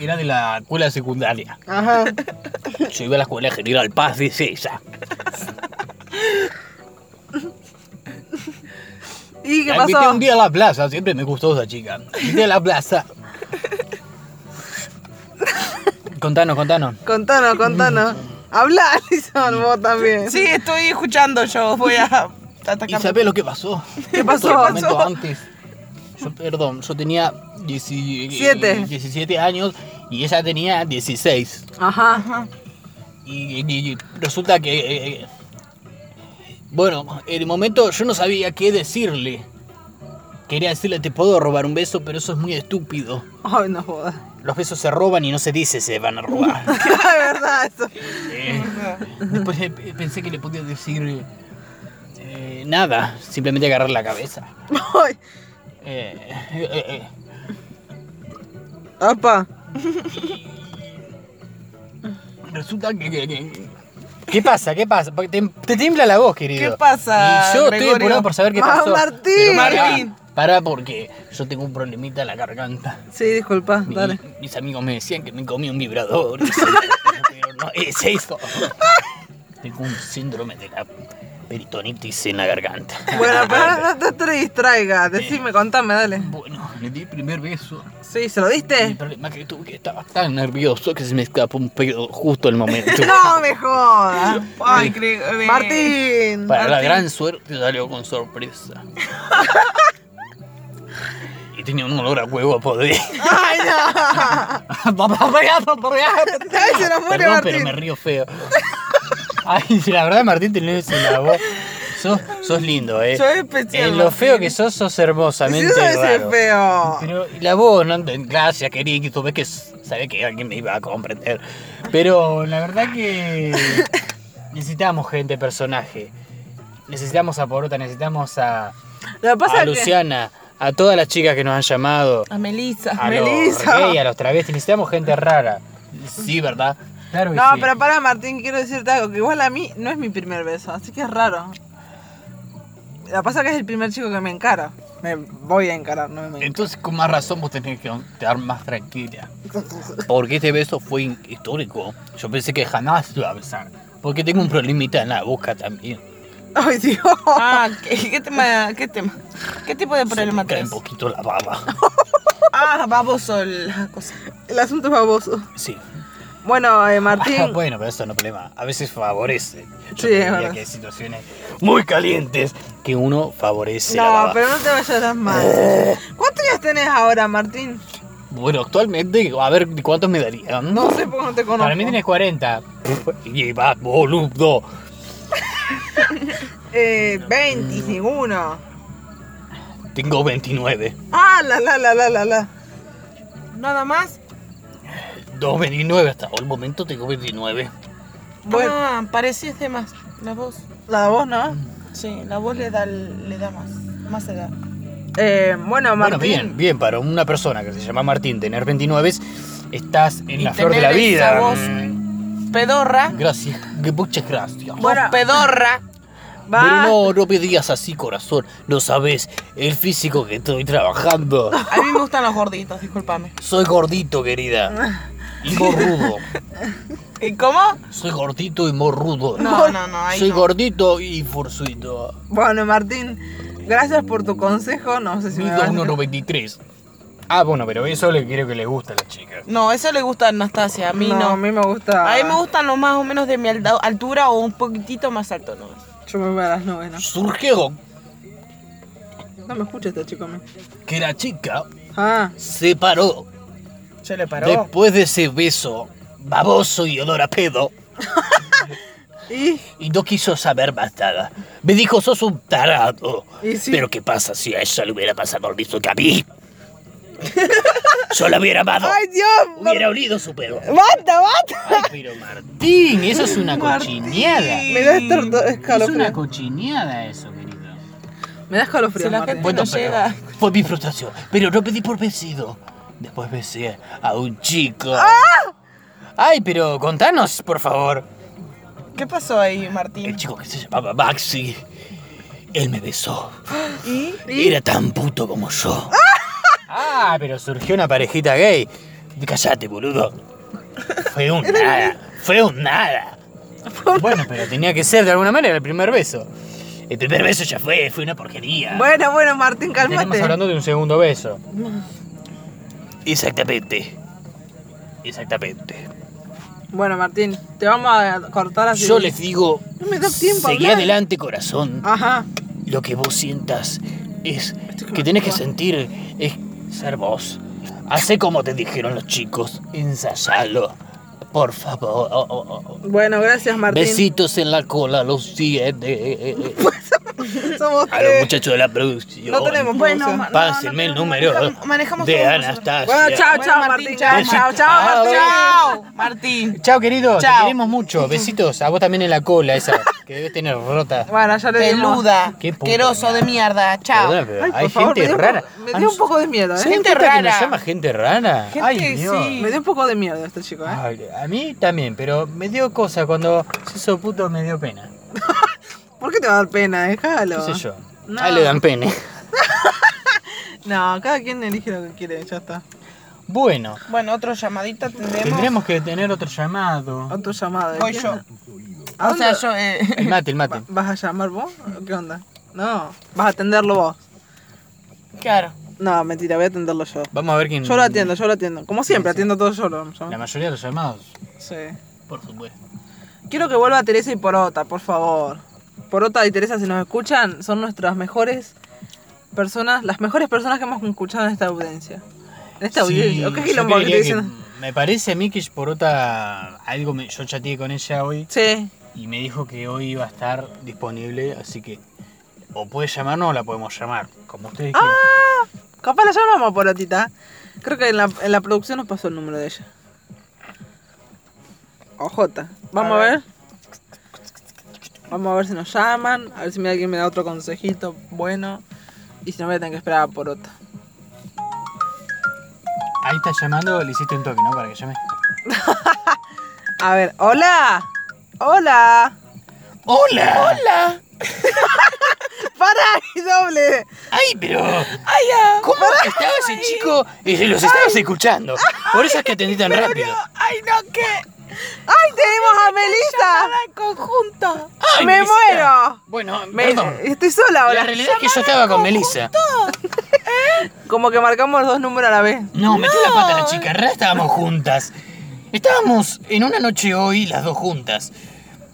C: Era de la escuela secundaria.
B: Ajá.
C: Yo iba a la escuela General Paz de César.
B: ¿Y qué
C: La invité
B: pasó?
C: un día a la plaza, siempre me gustó esa chica. La Invité a la plaza. contanos, contanos.
B: Contanos, contanos. Habla, Alison, vos también.
A: Sí, estoy escuchando yo. Voy a
C: ¿Y
A: atacar.
C: sabés lo que pasó?
B: ¿Qué pasó?
C: Un
B: ¿Qué
C: momento
B: pasó?
C: antes. Yo, perdón, yo tenía dieci-
B: Siete.
C: 17 años y ella tenía 16.
B: Ajá.
A: Ajá.
C: Y, y- y resulta que... eh, eh, bueno, en el momento yo no sabía qué decirle. Quería decirle, te puedo robar un beso, pero eso es muy estúpido.
B: Ay, no jodas.
C: Los besos se roban y no se dice se van a robar.
B: de verdad, eso.
C: Eh, Después eh, pensé que le podía decir eh, nada, simplemente agarrar la cabeza.
B: Ay.
C: Eh, eh, eh,
B: Apa.
C: resulta que, que- que- ¿Qué pasa? ¿Qué pasa? Porque te, te tiembla la voz, querido.
A: ¿Qué pasa,
C: Y yo
A: Gregorio?
C: estoy apurado por saber qué
B: Ah,
C: pasó.
B: Martín.
C: Pero pará,
A: Martín.
C: Pará porque yo tengo un problemita en la garganta.
B: Sí, disculpa,
C: Mi-
B: dale.
C: Mis amigos me decían que me comí un vibrador. y se- pero no es eso. Tengo un síndrome de la peritonitis en la garganta.
B: Bueno, pero no te, te distraigas. Decime, contame, dale.
C: Bueno, le di el primer beso.
B: Sí, ¿se lo
C: El
B: diste?
C: problema que tuve que estaba tan nervioso que se me escapó un pedo justo al momento.
B: No me jodas.
A: Ay, Gre- eh,
B: Martín.
C: Para la
A: Martín.
C: gran suerte salió con sorpresa. Y tenía un olor a huevo a poder.
B: Ay, no. Ay, se nos muere
C: Perdón,
B: Martín.
C: pero me río feo. Ay, la verdad, Martín, tenés la voz. Sos, sos lindo, eh.
A: Soy especial,
C: En lo
A: Martín.
C: feo que sos, sos
B: Sí,
C: hermosamente
B: eso es
C: raro.
B: feo.
C: Pero y la voz, no enten- gracias querido, ves que s- sabía que alguien me iba a comprender. Pero la verdad que necesitamos gente, personaje. Necesitamos a Porota, necesitamos a,
B: Lo que pasa
C: a
B: es que...
C: Luciana, a todas las chicas que nos han llamado,
A: A Melissa.
C: a los
B: Melissa.
C: gays, a los travestis, necesitamos gente rara. Sí, ¿verdad? Claro que
B: No,
C: sí.
B: pero para Martín, quiero decirte algo, que igual a mí no es mi primer beso, así que es raro. Lo que pasa es que es el primer chico que me encara. Me voy a encarar, no me
C: Entonces, con más razón, vos tenés que quedar más tranquila. Porque este beso fue hi- histórico. Yo pensé que jamás iba a besar. Porque tengo un problemita en la boca también.
B: Ay, Dios.
A: Ah, ¿qué, qué tema, ¿qué tema? ¿Qué tipo de
C: Se
A: problema
C: me cae un
A: tenés?
C: poquito la baba.
A: Ah, baboso la cosa.
B: El asunto es baboso.
C: Sí.
B: Bueno, eh, Martín.
C: bueno, pero eso no es problema. A veces favorece. Yo
B: Sí,
C: sí,
B: es verdad.
C: que hay situaciones muy calientes que uno favorece la
B: No,
C: baba.
B: pero no te vayas a las manos. ¿Cuántos años tenés ahora, Martín?
C: Bueno, actualmente, a ver, ¿cuántos me darían?
B: No sé por qué no te conozco.
C: Para mí tienes 40. y vas, boludo.
B: Eh, 21.
C: Tengo 29.
B: Ah, la, la, la, la, la, la.
A: Nada más.
C: 2.29 hasta el momento tengo 29.
B: Bueno.
A: Ah, parecís de más. La voz.
B: La voz, ¿no?
A: Sí, la voz le da, le da más. Más edad.
B: Eh, bueno,
C: Bueno,
B: Martín.
C: bien, bien, para una persona que se llama Martín, tener 29 estás en
A: Y
C: la flor de
A: tener
C: la
A: esa
C: vida.
A: voz.
C: Mm,
A: Pedorra.
C: Gracias, que muchas gracias.
B: Bueno.
A: Voz pedorra.
B: Va.
C: Pero no, no me digas así, corazón. No sabes el físico que estoy trabajando.
A: A mí me gustan los gorditos, discúlpame.
C: Soy gordito, querida. Y morrudo.
A: ¿Y cómo?
C: Soy gordito y morrudo.
A: No, no, no. Ahí
C: Soy
A: no.
C: gordito y forzuito.
B: Bueno, Martín, gracias por tu consejo. No sé si me
C: Mido
B: vas a-
C: 1,93. Ah, bueno, pero eso le quiero que le gusta a la chica.
A: No, eso le gusta a Anastasia, a mí
B: no,
A: no.
B: a mí me gusta.
A: A mí me gustan los más o menos de mi alda- altura o un poquitito más alto, ¿no?
B: Yo me voy a las novenas.
C: Surgió
B: No me escucha este chico a mí.
C: que la chica
B: Ah,
C: se paró
A: Se le
C: Después de ese beso baboso y olor a pedo,
B: y.
C: y no quiso saber más nada. Me dijo, sos un tarado.
B: Y sí.
C: Pero ¿qué pasa si a ella le hubiera pasado lo mismo que a mí? Yo la hubiera amado.
B: ¡Ay, Dios!
C: hubiera olido su pedo.
B: ¡Basta, basta!
C: Ay, pero Martín, eso es una cochineada.
B: Me da estor- escalofrío.
C: cochineada eso, querido.
B: Me da escalofrío.
A: Si la
B: Martín.
A: gente-
C: Bueno,
A: No
C: pero
A: llega.
C: fue mi frustración. Pero no pedí por vencido. Después besé a un chico. Ay, pero contanos, por favor.
A: ¿Qué pasó ahí,
C: El
A: Martín?
C: chico que se llamaba Maxi. Él me besó.
A: ¿Y?
C: Era tan puto como yo. Ah, pero surgió una parejita gay. Cállate, boludo. Fue un nada. Fue un nada. Bueno, pero tenía que ser de alguna manera el primer beso. El primer beso ya fue, fue una porquería.
B: Bueno, bueno, Martín,
C: Estamos
B: cálmate.
C: hablando de un segundo beso. Exactamente. Exactamente.
B: Bueno, Martín, te vamos a cortar así.
C: Yo les digo,
B: No me da tiempo a
C: seguí
B: hablar.
C: adelante corazón.
B: Ajá.
C: Lo que vos sientas es
B: que me
C: que tenés que
B: activa.
C: sentir es ser vos. Hacé como te dijeron los chicos, ensayalo, por favor. Oh,
B: Bueno, gracias, Martín.
C: Besitos en la cola, los siete.
B: Somos
C: A los
B: tres.
C: muchachos de la producción.
B: No tenemos
A: Bueno, ma- no,
C: Pásenme el número
A: manejamos- manejamos
C: de
A: todos
C: Anastasia.
B: Bueno, chao,
A: Bueno,
B: chao,
A: Martín,
B: Martín.
A: chao,
B: Chao, chao, chao,
A: nosotros.
B: Martín.
A: Chao, Martín.
C: Chao, querido.
A: Chao.
C: Te queremos mucho. Besitos. A vos también en la cola esa que debes tener rota.
B: Bueno, ya le dimos.
A: Peluda,
C: Qué puta
A: asqueroso de mierda.
C: Perdona,
A: Chao.
C: pero
B: Ay, por
C: hay
B: favor, me
C: gente
B: dio, un
C: rara.
B: poco- me
C: Ah,
B: dio
C: no-
B: un poco de miedo,
C: ¿Se
B: ¿eh?
C: dan
A: Gente
C: cuenta que nos
A: rara.
C: llama gente rara?
A: Gente,
C: Ay, Dios.
A: sí.
B: Me dio un poco de miedo este chico, ¿eh?
C: Ay, a mí también, pero me dio cosa. Cuando se hizo puto me dio pena.
B: ¿Por qué te va a dar pena?
C: ¿Qué
B: Déjalo.
C: sé yo?
B: No.
C: Ahí le dan pene.
B: No, cada quien elige lo que quiere, ya está.
C: Bueno,
A: Bueno, otro llamadito tendremos.
C: tendremos que tener otro llamado.
B: Otro llamado. ¿eh?
A: Voy yo.
B: ¿A
A: O
B: dónde
A: sea, yo. eh,
C: El mate, el mate.
B: va- ¿Vas a llamar vos? ¿Qué onda? No, vas a atenderlo vos.
A: Claro.
B: No, mentira, voy a atenderlo yo.
C: Vamos a ver quién.
B: Yo lo atiendo, yo lo atiendo. Como siempre,
C: Mm. Sí, sí.
B: atiendo todo yo. Lo,
C: La
B: yo.
C: mayoría de los llamados,
B: Sí.
C: por supuesto.
B: Quiero que vuelva Teresa y Porota, por favor. Porota y Teresa, si nos escuchan, son nuestras mejores personas, las mejores personas que hemos escuchado en esta audiencia. En esta
C: Sí,
B: audiencia. ¿Qué
C: yo
B: quilombo que
C: creería
B: estoy
C: que-
B: diciendo?
C: me parece a mí que por otra algo me- yo chateé con ella hoy
B: Sí,
C: y me dijo que hoy iba a estar disponible, así que o puede llamarnos o la podemos llamar, como
B: Ah.
C: ustedes quieran.
B: capaz la llamamos Porotita. Creo que en la, en la producción nos pasó el número de ella. OJ. Vamos a
A: A
B: ver.
A: ver.
B: Vamos a ver si nos llaman, a ver si me- alguien me da otro consejito bueno. Y si no, voy a tener que esperar a Porota.
C: Ahí está llamando, le hiciste un toque, ¿no? Para que llame.
B: A ver, hola. Hola.
C: ¡Hola!
A: Hola.
B: ¡Para! ¡Y doble!
C: ¡Ay, pero!
A: Ay, ah,
C: ¿Cómo estabas el chico? Y los estabas escuchando. Por eso es que atendí tan rápido.
A: Ay, no, qué.
B: ¡Ay, tenemos a
A: Llamada
B: Melissa!
A: en conjunto.
C: Ay,
B: ¡Me
C: Melissa.
B: muero!
C: Bueno,
B: Me-
C: perdón.
B: estoy sola
C: La
B: ahora.
C: realidad es que yo estaba con Melissa.
B: Como que marcamos los dos números a la vez.
C: No, metió la pata la chica, en realidad estábamos juntas. Estábamos en una noche hoy las dos juntas.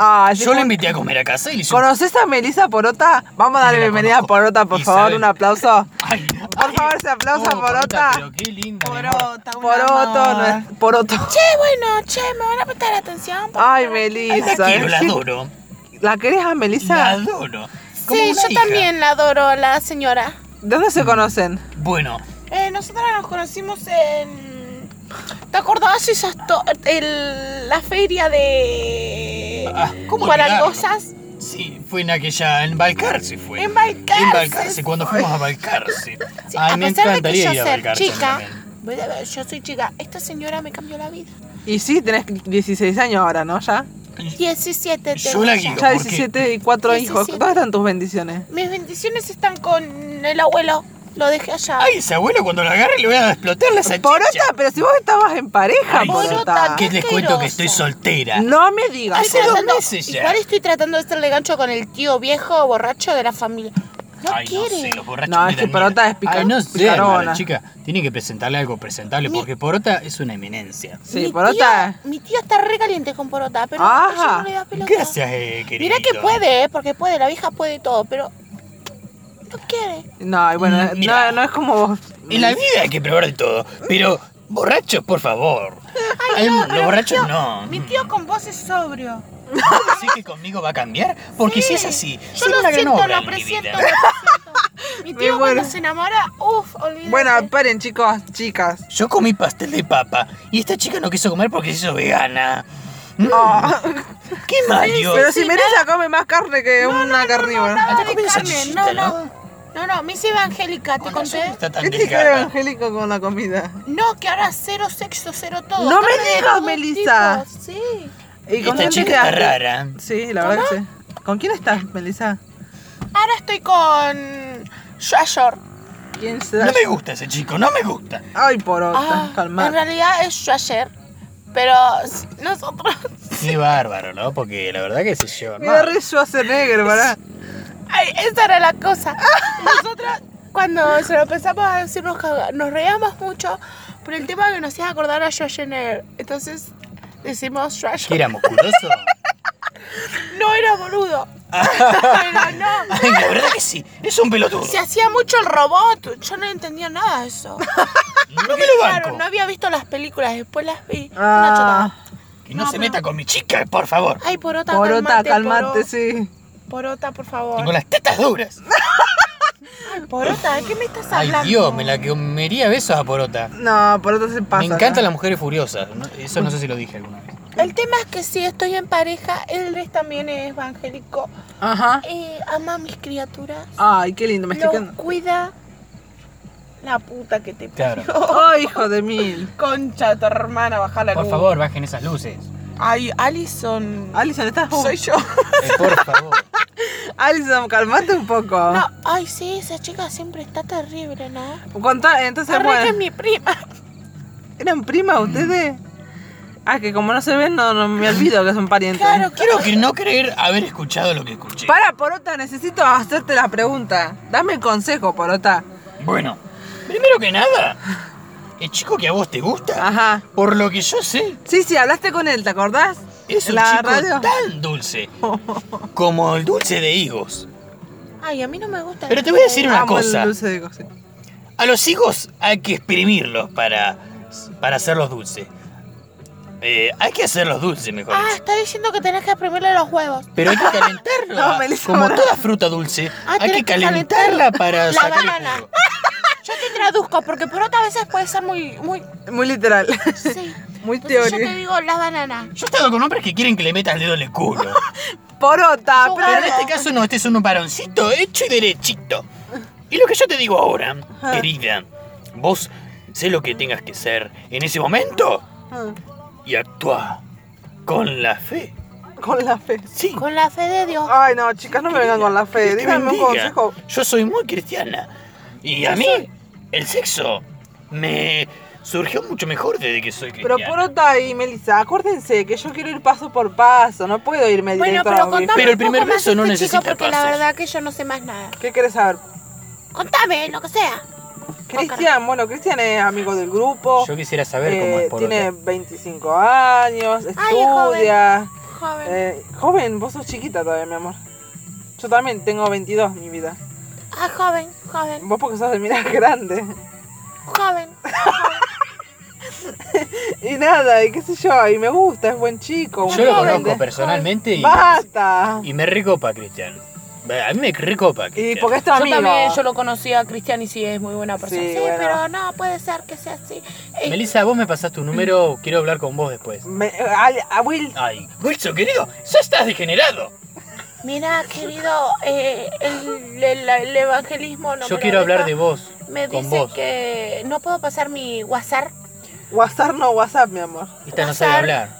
B: Ah, sí,
C: Yo la
B: como-
C: invité a comer a casa y le hice un-
B: ¿Conoces a Melissa Porota? Vamos a darle
C: Sí, la
B: bienvenida
C: conozco.
B: a Porota, por
C: Y
B: favor,
C: saben-
B: un aplauso.
C: Ay,
B: Por favor, ese aplauso, Porota.
C: Oh, Pero qué linda. mi amor.
A: Porota, un
B: Poroto,
A: amor.
B: no es- Poroto.
A: Che, bueno, che, me van a prestar atención. por
B: Ay,
A: favor?
C: Ay, La
B: Melissa.
C: quiero, la adoro.
B: ¿La querés a
C: La
B: Melissa?
C: adoro. Como
A: Sí,
C: una
A: yo
C: hija.
A: también la adoro, a la señora.
B: ¿De dónde se conocen?
C: Bueno,
A: Eh, nosotras nos conocimos en. ¿Te acordás esas to- el- la feria de.
C: Ah, ¿cómo
A: Guarangosas?
C: sí, fue en aquella. En Balcarce fue.
A: En Balcarce.
C: En Balcarce, cuando fuimos a Balcarce.
A: Sí,
C: Ay,
A: a
C: me
A: pesar de que
C: encantaría
A: yo
C: ir a
A: ser
C: Balcarce.
A: chica.
C: también.
A: voy a ver, Yo soy chica. Esta señora me cambió la vida.
B: Y sí, tenés 16 años ahora, ¿no? Ya.
A: 17
C: Yo
A: tengo
C: la
A: ya.
C: guío.
B: Ya
C: ¿por qué?
B: 17 y 4 hijos.
A: 17.
B: ¿Dónde están tus bendiciones?
A: Mis bendiciones están con el abuelo. Lo dejé allá.
C: Ay, ese abuelo cuando lo agarre le voy a explotar la salchicha.
B: Porota, pero si vos estabas en pareja,
C: Ay,
B: Porota.
A: Porota,
C: Que les cuento
A: asqueroso.
C: que estoy soltera.
B: No me
A: Estoy
B: digas.
C: Hace dos
A: tratando-
C: meses ya.
A: Igual estoy tratando de hacerle gancho con el tío viejo borracho de la familia. No
C: Ay,
A: quiere.
C: no sé, los borrachos
B: No,
C: me
B: es que
C: dan
B: Porota
C: miedo.
B: es pica-
C: Ay, no sé,
B: picarona.
C: hermana, chica, tiene que presentarle algo presentable porque Porota es una eminencia.
B: Sí,
A: mi
B: Porota.
A: Tío, mi tío está re caliente con porota, pero
B: Ajá.
A: ella no le da pelota.
C: Gracias, eh, querido.
A: Mirá que puede, eh, porque puede, la vieja puede todo, pero no quiere.
B: No, y bueno,
C: Mm, mira.
B: no, no es como vos.
C: En la vida hay que probar de todo, pero borrachos, por favor. Al- los borrachos no.
A: Mi tío con vos es sobrio.
C: Así que conmigo va a cambiar, porque si es así,
A: Yo
C: soy
A: lo
C: una gran
A: siento,
C: obra
A: lo
C: en mi
A: presiento,
C: vida.
A: lo presiento. Mi
B: Me
A: tío
B: muero.
A: cuando se enamora, uff, olvídate.
B: Mm. Bueno, paren, chicos, chicas.
C: Yo comí pastel de papa y esta chica no quiso comer porque se hizo vegana. Mm,
B: Ah,
C: ¡Qué mayo!
B: pero si Melissa come más carne que una carnívora.
A: nada
C: Andá
A: de
C: comiendo
A: carne,
C: salchichita,
A: no,
C: ¿no?
A: no, no, me hice evangélica, ¿te
C: Con razón
A: conté?
C: está tan
B: ¿Qué tiene que ver
C: delgada.
B: Este evangélico con la comida?
A: No, que ahora cero sexo, cero todo.
B: No me
A: carne de
B: digas,
A: todos
B: Melissa.
A: tipos, Sí.
B: ¿Y con quién
C: Esta
B: te
C: chica Este está
B: quedaste?
C: rara.
B: Sí, la verdad que sí. ¿Con quién estás, Melissa?
A: Ahora estoy con Shashor.
B: ¿Quién se
C: No me gusta ese chico, no me gusta.
B: Ay, porota,
A: Ah, en
B: calmar.
A: realidad es Shasher, pero s- nosotros...
C: Qué bárbaro, ¿no? Porque la verdad que se lleva
B: Mira,
C: mal.
B: re Schwarzenegger, ¿verdad?
A: Ay, esa era la cosa. Nosotros cuando se lo empezamos a decir nos, caga- nos reíamos mucho por el tema que nos hacía acordar a Schwarzenegger. Entonces decimos
C: ¿Que
A: Schwarzenegger.
C: era musculoso?
A: No era boludo. pero no.
C: Ay, la verdad que sí, es un pelotudo.
A: Se hacía mucho el robot. Yo no entendía nada de eso.
C: No me lo
A: Claro,
C: banco.
A: no había visto las películas, después las vi. Una
B: Ah,
A: chotada.
C: Que no
A: no,
C: se
A: pero-
C: meta con mi chica, por favor.
A: Ay, porota,
B: porota,
A: calmate, poro.
B: calmate, sí.
A: Porota, por
C: Tengo
A: favor.
C: las tetas duras.
A: Porota, ¿de qué me estás
C: Ay,
A: hablando?
C: Dios, me la comería a besos a Porota.
B: No, por otro se pasa.
C: Me encantan
B: ¿no?
C: las mujeres furiosas. ¿no? Eso no sé si lo dije alguna vez.
A: El tema es que sí, estoy en pareja, él es- también es evangélico
B: Ajá.
A: y Eh, ama a mis criaturas.
B: Ay, qué lindo, me estoy
A: Los
B: quedando.
A: cuida la puta que te
C: Claro.
A: parió.
B: Oh, hijo de mil.
A: Concha, de tu hermana, baja la
C: Por
A: luz.
C: favor, bajen esas luces.
A: Ay, Alison.
B: Alison, ¿estás vos?
A: Soy yo.
C: Eh, por favor.
B: Alison, calmate un poco.
C: Ah.
A: No, ay, sí, esa chica siempre está terrible, ¿no?
B: Contá- entonces,
A: Arre que es
B: bueno,
A: mi prima.
B: ¿eran primas ustedes? Ah, que como no se ven, no, no me olvido que son parientes.
A: Claro,
C: Quiero que no creer haber escuchado lo que escuché.
B: Para, Porota, necesito hacerte la pregunta. Dame el consejo, Porota.
C: Bueno, primero que nada, el chico que a vos te gusta,
B: Ajá.
C: por lo que yo sé,
B: Sí, sí, hablaste con él, ¿te acordás?
C: es un
B: La
C: chico
B: radio.
C: tan dulce como el dulce de higos.
A: Ay, a mí no me gusta.
C: Pero te voy a decir una
B: Amo el
C: cosa.
B: dulce de coco, sí.
C: A los higos hay que exprimirlos para, para hacerlos dulces. Eh, hay que hacerlos dulces, mejor
A: Ah,
C: dicho.
A: está diciendo que tenés que exprimirle los huevos.
C: Pero hay que calentarla.
B: No, Melissa,
C: Como
B: ahora-
C: toda fruta dulce,
A: Ah,
C: hay que
A: tenés que calentar
C: calentarla para
A: la
C: sacar el
A: banana.
C: jugo.
A: Yo te traduzco, porque por otra veces puede ser muy, muy,
B: Muy literal.
A: sí.
B: Muy
A: Entonces yo te
B: teórico.
A: digo las bananas.
C: Yo he estado con hombres que quieren que le metas el dedo en el culo.
B: Porota,
A: Yo
B: pero-
C: Pero en este caso no, este es un varoncito hecho y derechito. Y lo que yo te digo ahora, querida, vos sé lo que tengas que ser en ese momento y actúa con la fe.
B: Con la fe.
C: Sí.
A: Con la fe de Dios.
B: Ay, no, chicas, no me vengan con la fe.
C: Dios te
B: Díganme un
C: bendiga.
B: consejo.
C: Yo soy muy cristiana. Y a mí, el sexo me surgió mucho mejor desde que soy
B: Pero
C: cristiana.
B: Porota y Melissa, acuérdense que yo quiero ir paso por paso. No puedo irme
A: Bueno,
B: directo a
A: pero
B: los bifes.
A: contame
C: Pero el
A: un poco
C: primer
A: más
C: beso
A: de
C: no
A: este chico,
C: necesita
A: porque la
C: pasos.
A: verdad que yo no sé más nada.
B: ¿Qué quieres saber?
A: Contame, lo que sea.
B: Cristian, bueno, Cristian es amigo del grupo.
C: Yo quisiera saber
B: eh,
C: cómo es por
B: tiene 25 años,
A: Ay, es joven.
B: estudia.
A: Joven.
B: Eh, joven, vos sos chiquita todavía, mi amor. Yo también tengo 22, mi vida.
A: Ah, joven, joven,
B: Vos porque sos de miras grande.
A: joven.
B: Y nada, y qué sé yo, y me gusta, es buen chico.
C: Yo lo
B: humilde.
C: conozco personalmente y,
B: ¡Basta!
C: y me recopa Cristian. A mí me recopa
B: Y
C: Cristian.
B: porque es tu amigo.
A: lo conocí a Cristian y sí es muy buena
B: persona.
A: Sí,
B: Sí, bueno.
A: pero no, puede ser que sea así. Eh,
C: Melissa, vos me pasás tu
B: Mm.
C: número, quiero hablar con vos después.
B: Me- al- a Will,
C: Ay, Wilson, querido, ya estás degenerado.
A: mira, querido, eh, el, el- el evangelismo no me
C: Yo
A: lo
C: quiero hablar
A: deja.
C: de vos,
A: Me
C: con
A: dice
C: vos.
A: que no puedo pasar mi WhatsApp
B: WhatsApp no WhatsApp, mi amor.
C: Esta no sabe
A: pasar.
C: hablar.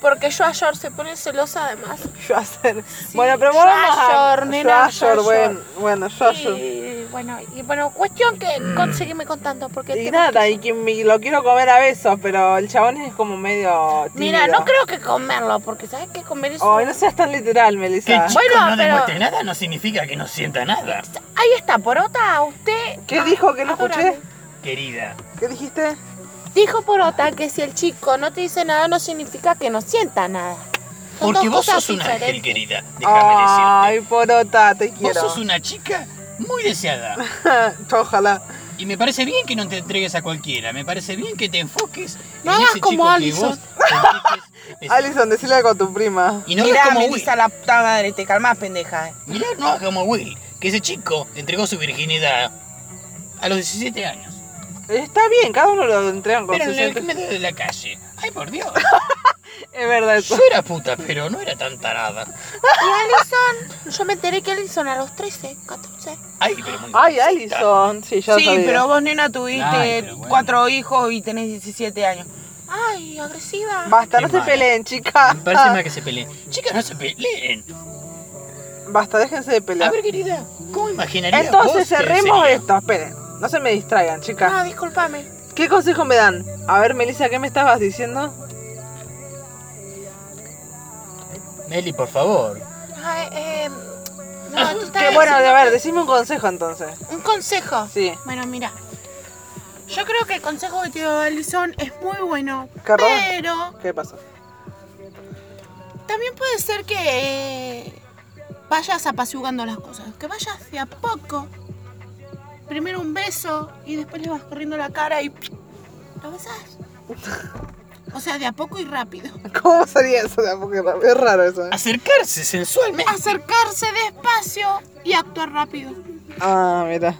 A: porque yo ayer se pone celosa además.
B: Yo hacer. bueno, pero vamos a.
A: York, nena,
B: York,
A: York.
B: bueno, bueno, yo, yo.
A: Y bueno, y bueno, cuestión que
C: Mm.
A: conseguime contando porque
B: Y
A: tengo
B: nada,
A: que-
B: y que me- lo quiero comer a besos, pero el chabón es como medio.
A: Mira,
B: tímido.
A: no creo que comerlo porque sabes que comer es
B: Ay, no seas tan literal, Melissa.
A: chico Bueno, no pero- demuestre
C: nada no significa que no sienta nada.
A: Ahí está, Porota, usted. Ah,
B: ¿Qué dijo que no
A: Adorable.
B: escuché?
C: Querida.
B: ¿Qué dijiste?
A: Dijo Porota que si el chico no te dice nada, no significa que no sienta nada. Son
C: Porque
A: dos
C: vos
A: cosas
C: sos un
A: diferentes.
C: ángel, querida. Déjame
B: Ay, porota, te
C: decirte. Vos
B: quiero.
C: sos una chica muy deseada.
B: Ojalá.
C: Y me parece bien que no te entregues a cualquiera. Me parece bien que te enfoques
A: No
C: en
A: hagas
C: ese
A: como
C: chico
A: Alison.
C: que vos sentís que es-
B: Alison, decile algo a tu prima.
C: Y no
E: Mirá,
C: hagas como Will.
E: Melissa, la puta madre, te calmás,
B: eh.
E: pendeja.
C: Mirá, no hagas como Will. Que ese chico entregó su virginidad a los 17 años.
B: Está bien, cada uno lo entregan con
C: Pero
B: su
C: en el
B: gente.
C: medio de la calle. Ay, por Dios.
B: Es verdad
C: Yo
B: eso.
C: era puta, pero no era tan tarada.
A: Y Alison, yo me enteré que Alison a los 13, 14.
C: Ay, pero muy
B: Ay,
C: jovencita.
B: Alison. Sí, ya lo
E: sí,
B: sabía.
E: pero vos, nena, tuviste
C: Ay, pero bueno.
E: cuatro hijos y tenés 17 años.
A: Ay, agresiva.
B: Basta, no
C: Qué
B: se
C: mala.
B: peleen, chicas.
C: Me parece mal que se peleen. Chicas, no se peleen.
B: Basta, déjense de
C: A
B: pelear.
C: ver, querida, ¿cómo imaginarías
B: Entonces
C: vos que
B: cerremos
C: sería?
B: esto, esperen. No se me distraigan, chicas.
A: No, discúlpame.
B: ¿Qué consejo me dan? A ver, Melissa, ¿qué me estabas diciendo?
C: Meli, por favor.
A: Ay, eh, no, tú
B: Que
A: estás
B: Ah, bueno, a ver,
A: diciendo
B: decime un consejo entonces.
A: que- un consejo.
B: Sí.
A: Bueno, mira. Yo creo que el consejo que te dio Alison es muy bueno.
B: ¿Qué error?
A: pero
B: ¿Qué pasó?
A: también puede ser que eh, vayas apaciguando las cosas. Que vayas de a poco. Primero un beso y después le vas corriendo la cara y. ¿Lo besas? O sea, de a poco y rápido.
B: ¿Cómo sería eso? Porque es raro eso. ¿eh?
C: Acercarse sensualmente.
A: Acercarse despacio y actuar rápido.
B: Ah, mira.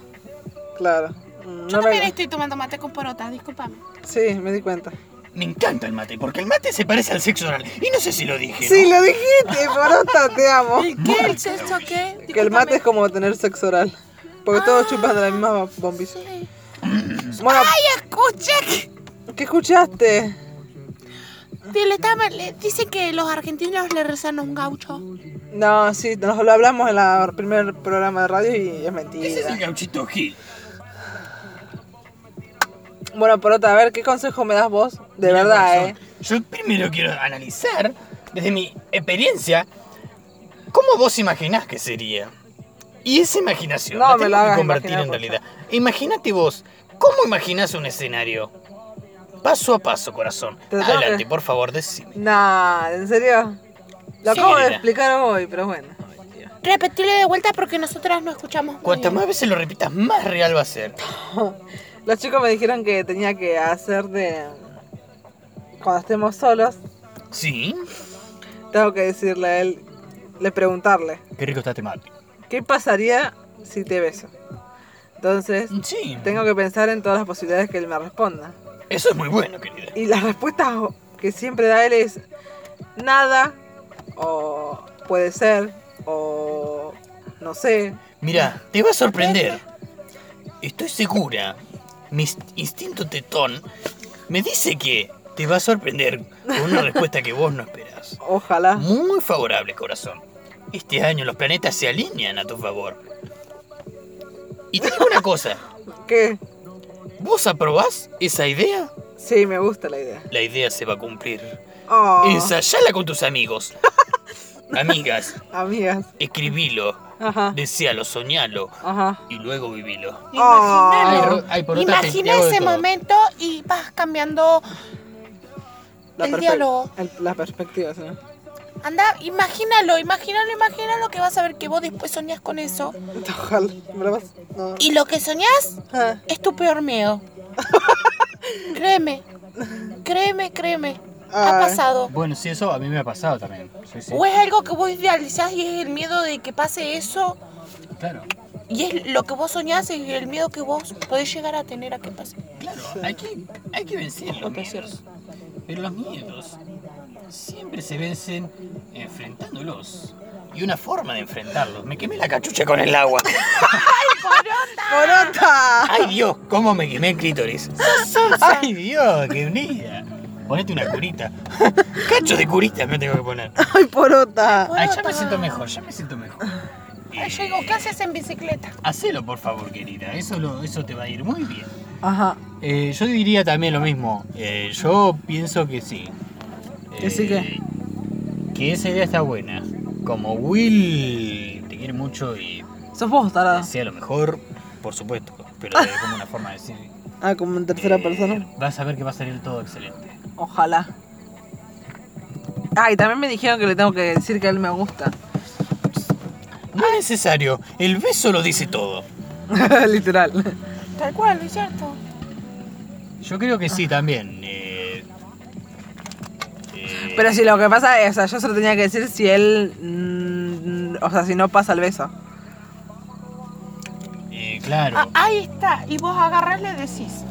B: Claro. Mm,
A: Yo
B: No
A: también
B: me...
A: estoy tomando mate con porotas, discúlpame.
B: Sí, me di cuenta.
C: Me encanta el mate, porque el mate se parece al sexo oral. Y no sé si lo dije.
B: Sí, lo dijiste, porota, te amo.
A: ¿Qué? ¿El sexo qué?
B: Oh, Que el mate es como tener sexo oral. Porque todos chupan de la misma bombilla.
C: Mm.
B: Bueno,
A: ¡Ay, escuché! que-
B: ¿qué escuchaste?
A: Dile, tama- le- Dice que los argentinos le rezan a un gaucho.
B: No, sí, nos lo hablamos en el primer programa de radio y es
C: Ese es el
B: mentira.
C: gauchito Gil.
B: Bueno, porota, a ver, ¿qué consejo me das vos? De verdad, eh.
C: Yo primero quiero analizar, desde mi experiencia, cómo vos imaginás que sería. Y esa imaginación
B: No me
C: la tengo
B: la
C: que
B: hagas
C: convertir
B: imaginar,
C: en
B: por
C: realidad. Imagínate vos, ¿cómo imaginás un escenario? Paso a paso, corazón.
B: Te tengo que-
C: Adelante, por favor, decime.
B: Nah, ¿en serio? Lo acabo de
C: Mira.
B: explicar hoy, pero bueno.
A: Repetirle de vuelta porque nosotras no escuchamos. muy
C: Cuantas
A: bien.
C: más veces lo repitas, más real va a ser.
B: Los chicos me dijeron que tenía que hacer de... Cuando estemos solos,
C: ¿Sí?
B: tengo que decirle a él, le preguntarle,
C: Qué rico está este mate.
B: ¿qué pasaría si te beso? Entonces,
C: Sí,
B: tengo que pensar en todas las posibilidades que él me responda.
C: eso es muy bueno, querida.
B: Y las respuestas que siempre da él es nada, o puede ser, o no sé.
C: Mira, te va a sorprender. Estoy segura. Mi inst- instinto tetón me dice que te va a sorprender con una respuesta que vos no esperás.
B: Ojalá.
C: Muy favorable, corazón. Este año los planetas se alinean a tu favor. Y te digo una cosa.
B: ¿Qué?
C: ¿Vos aprobás esa idea?
B: Sí, me gusta la idea.
C: La idea se va a cumplir.
B: Oh,
C: Ensayala con tus amigos. Amigas,
B: amigas.
C: escribilo,
B: Ajá,
C: desealo, soñalo
B: ajá.
C: y luego vivilo.
B: Oh,
A: Imaginalo. Imagina ese momento y vas cambiando. el
B: perspec-
A: diálogo.
B: el- las perspectivas, ¿no?
A: Anda, imagínalo, imagínalo, imagínalo que vas a ver que vos después soñás con eso.
B: Ojalá. ¿Me lo vas? No.
A: Y lo que soñás
B: Ah,
A: es tu peor miedo. créeme, créeme, créeme. Ha
B: Ay.
A: pasado.
C: Bueno, sí, eso a mí me ha pasado también. Sí, sí.
A: O es algo que vos idealizás y es el miedo de que pase eso.
C: Claro,
A: Y es lo que vos soñás y el miedo que vos podés llegar a tener a que pase.
C: claro. Hay que, hay que vencer los miedos. Pero los miedos siempre se vencen enfrentándolos. Y una forma de enfrentarlos. Me quemé la cachucha con el agua.
B: ¡Porota!
C: ¡Ay Dios! ¿Cómo me quemé el clítoris? ¡Ay Dios! ¡Qué unida! Ponete una curita. Cacho de curita me tengo que poner.
B: ¡Ay, porota!
C: Ay, Ah, ya me siento mejor, ya me siento mejor. Eh,
A: Ay, yo digo, ¿qué haces en bicicleta?
C: Hacelo por favor, querida. Eso, lo, eso te va a ir muy bien.
B: Ajá.
C: Eh, yo diría también lo mismo. Eh, yo pienso que sí. Eh,
B: ¿Que sí qué?
C: Que esa idea está buena. Como Will te quiere mucho y
B: Sos vos, tarada.
C: desea lo mejor, por supuesto. Pero es como una forma de decir.
B: Ah, como en tercera
C: eh,
B: persona.
C: Vas a ver que va a salir todo excelente.
B: Ojalá. Ah, y también me dijeron que le tengo que decir que a él me gusta.
C: No es necesario. El beso lo dice todo.
B: Literal.
A: Tal cual, ¿es cierto?
C: Yo creo que sí también. eh, eh,
B: Pero si lo que pasa es, o sea, yo se lo tenía que decir si él. mm, o sea, si no pasa el beso.
C: eh, claro.
A: Ah, ahí está. Y vos agarrás y le decís.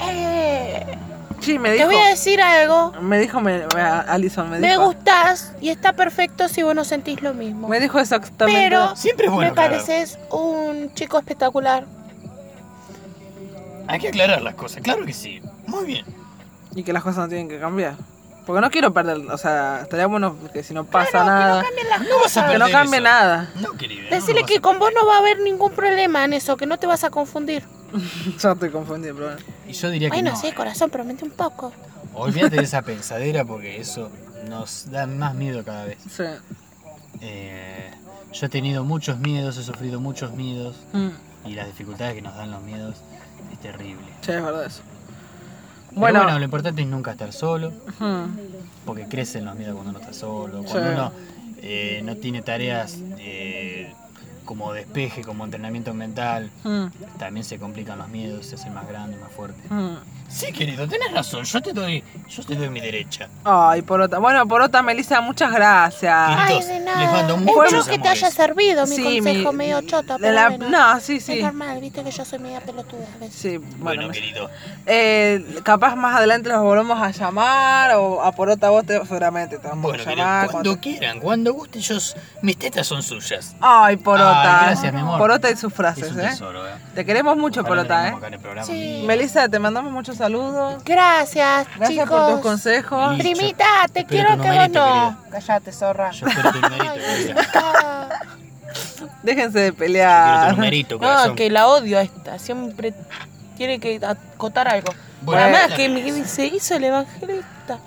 A: Eh,
B: Sí, me
A: te
B: dijo.
A: voy a decir algo.
B: Me dijo me, me- a- Alison, me dijo.
A: Me gustás y está perfecto si vos no sentís lo mismo.
B: Me dijo exactamente.
A: Pero
C: Siempre es bueno.
A: me
C: claro.
A: pareces un chico espectacular.
C: Hay que aclarar las cosas. Claro que sí. Muy bien.
B: Y que las cosas no tienen que cambiar. Porque no quiero perder, o sea, estaría bueno que si no pasa nada.
A: Cambien las
C: No vas a
A: cosas.
B: Que no
C: perder
B: cambie
C: eso.
B: nada.
C: No, querida. no lo
A: Decirle
C: vas
A: que
C: a-
A: con vos no va a haber ningún problema en eso, que no te vas a confundir.
B: Yo estoy confundida, pero bueno.
C: Y yo diría que
A: Bueno,
C: no.
A: sí, corazón, promete un poco.
C: Olvídate de esa pensadera porque eso nos da más miedo cada vez.
B: Sí.
C: Eh, yo he tenido muchos miedos, he sufrido muchos miedos
B: Mm,
C: y las dificultades que nos dan los miedos es terrible.
B: sí, es verdad eso.
C: Pero
B: Bueno.
C: bueno, lo importante es nunca estar solo.
B: mm,
C: porque crecen los miedos cuando uno está solo,
B: Sí.
C: cuando uno eh, no tiene tareas eh, como despeje, como entrenamiento mental.
B: Mm,
C: También se complican los miedos, se hacen más grandes, más fuertes.
B: mm.
C: Sí, querido, tenés razón, yo te doy, yo te doy mi derecha.
B: Ay, Porota. Bueno, Porota, Melissa, muchas gracias.
F: Ay,
C: Entonces,
F: de
C: les
F: nada.
C: mando muchos
F: Espero que te
C: amores.
F: haya servido mi
B: Sí,
F: consejo
B: mi-
F: medio choto,
B: de
F: pero
B: la-
F: bueno.
B: No, sí, sí.
F: Es normal, viste que yo soy media pelotuda a veces.
B: Sí,
C: Bueno,
B: bueno. me-
C: querido,
B: eh, capaz más adelante los volvemos a llamar o a Porota vos te, seguramente te vamos
C: bueno,
B: a
C: querido,
B: llamar.
C: cuando
B: cuando-
C: quieran, cuando gusten, yo, mis tetas son suyas.
B: Ay, Porota.
C: Ay, gracias, mi amor.
B: Porota y sus frases,
C: Es un
B: ¿eh?
C: tesoro, eh.
B: Te queremos mucho,
C: Ojalá
B: Porota,
C: tengamos
B: ¿eh?
C: acá en el programa.
F: Sí.
B: Melissa, te mandamos muchos saludos.
F: Gracias,
B: Gracias
F: chicos.
B: por tus consejos.
C: Y-
F: Primita, te
C: Espero
F: quiero
C: tu
F: que vos
C: numerito,
F: no.
A: Callate, zorra.
C: Yo espero tu numerito,
F: Ay,
C: querida.
F: mamita.
B: Déjense de
C: Yo quiero
B: pelear.
C: tu numerito, corazón.
A: No, que la odio a esta. Siempre tiene que acotar algo.
C: Bueno,
A: Además,
C: bueno.
A: que me- se hizo el evangelista.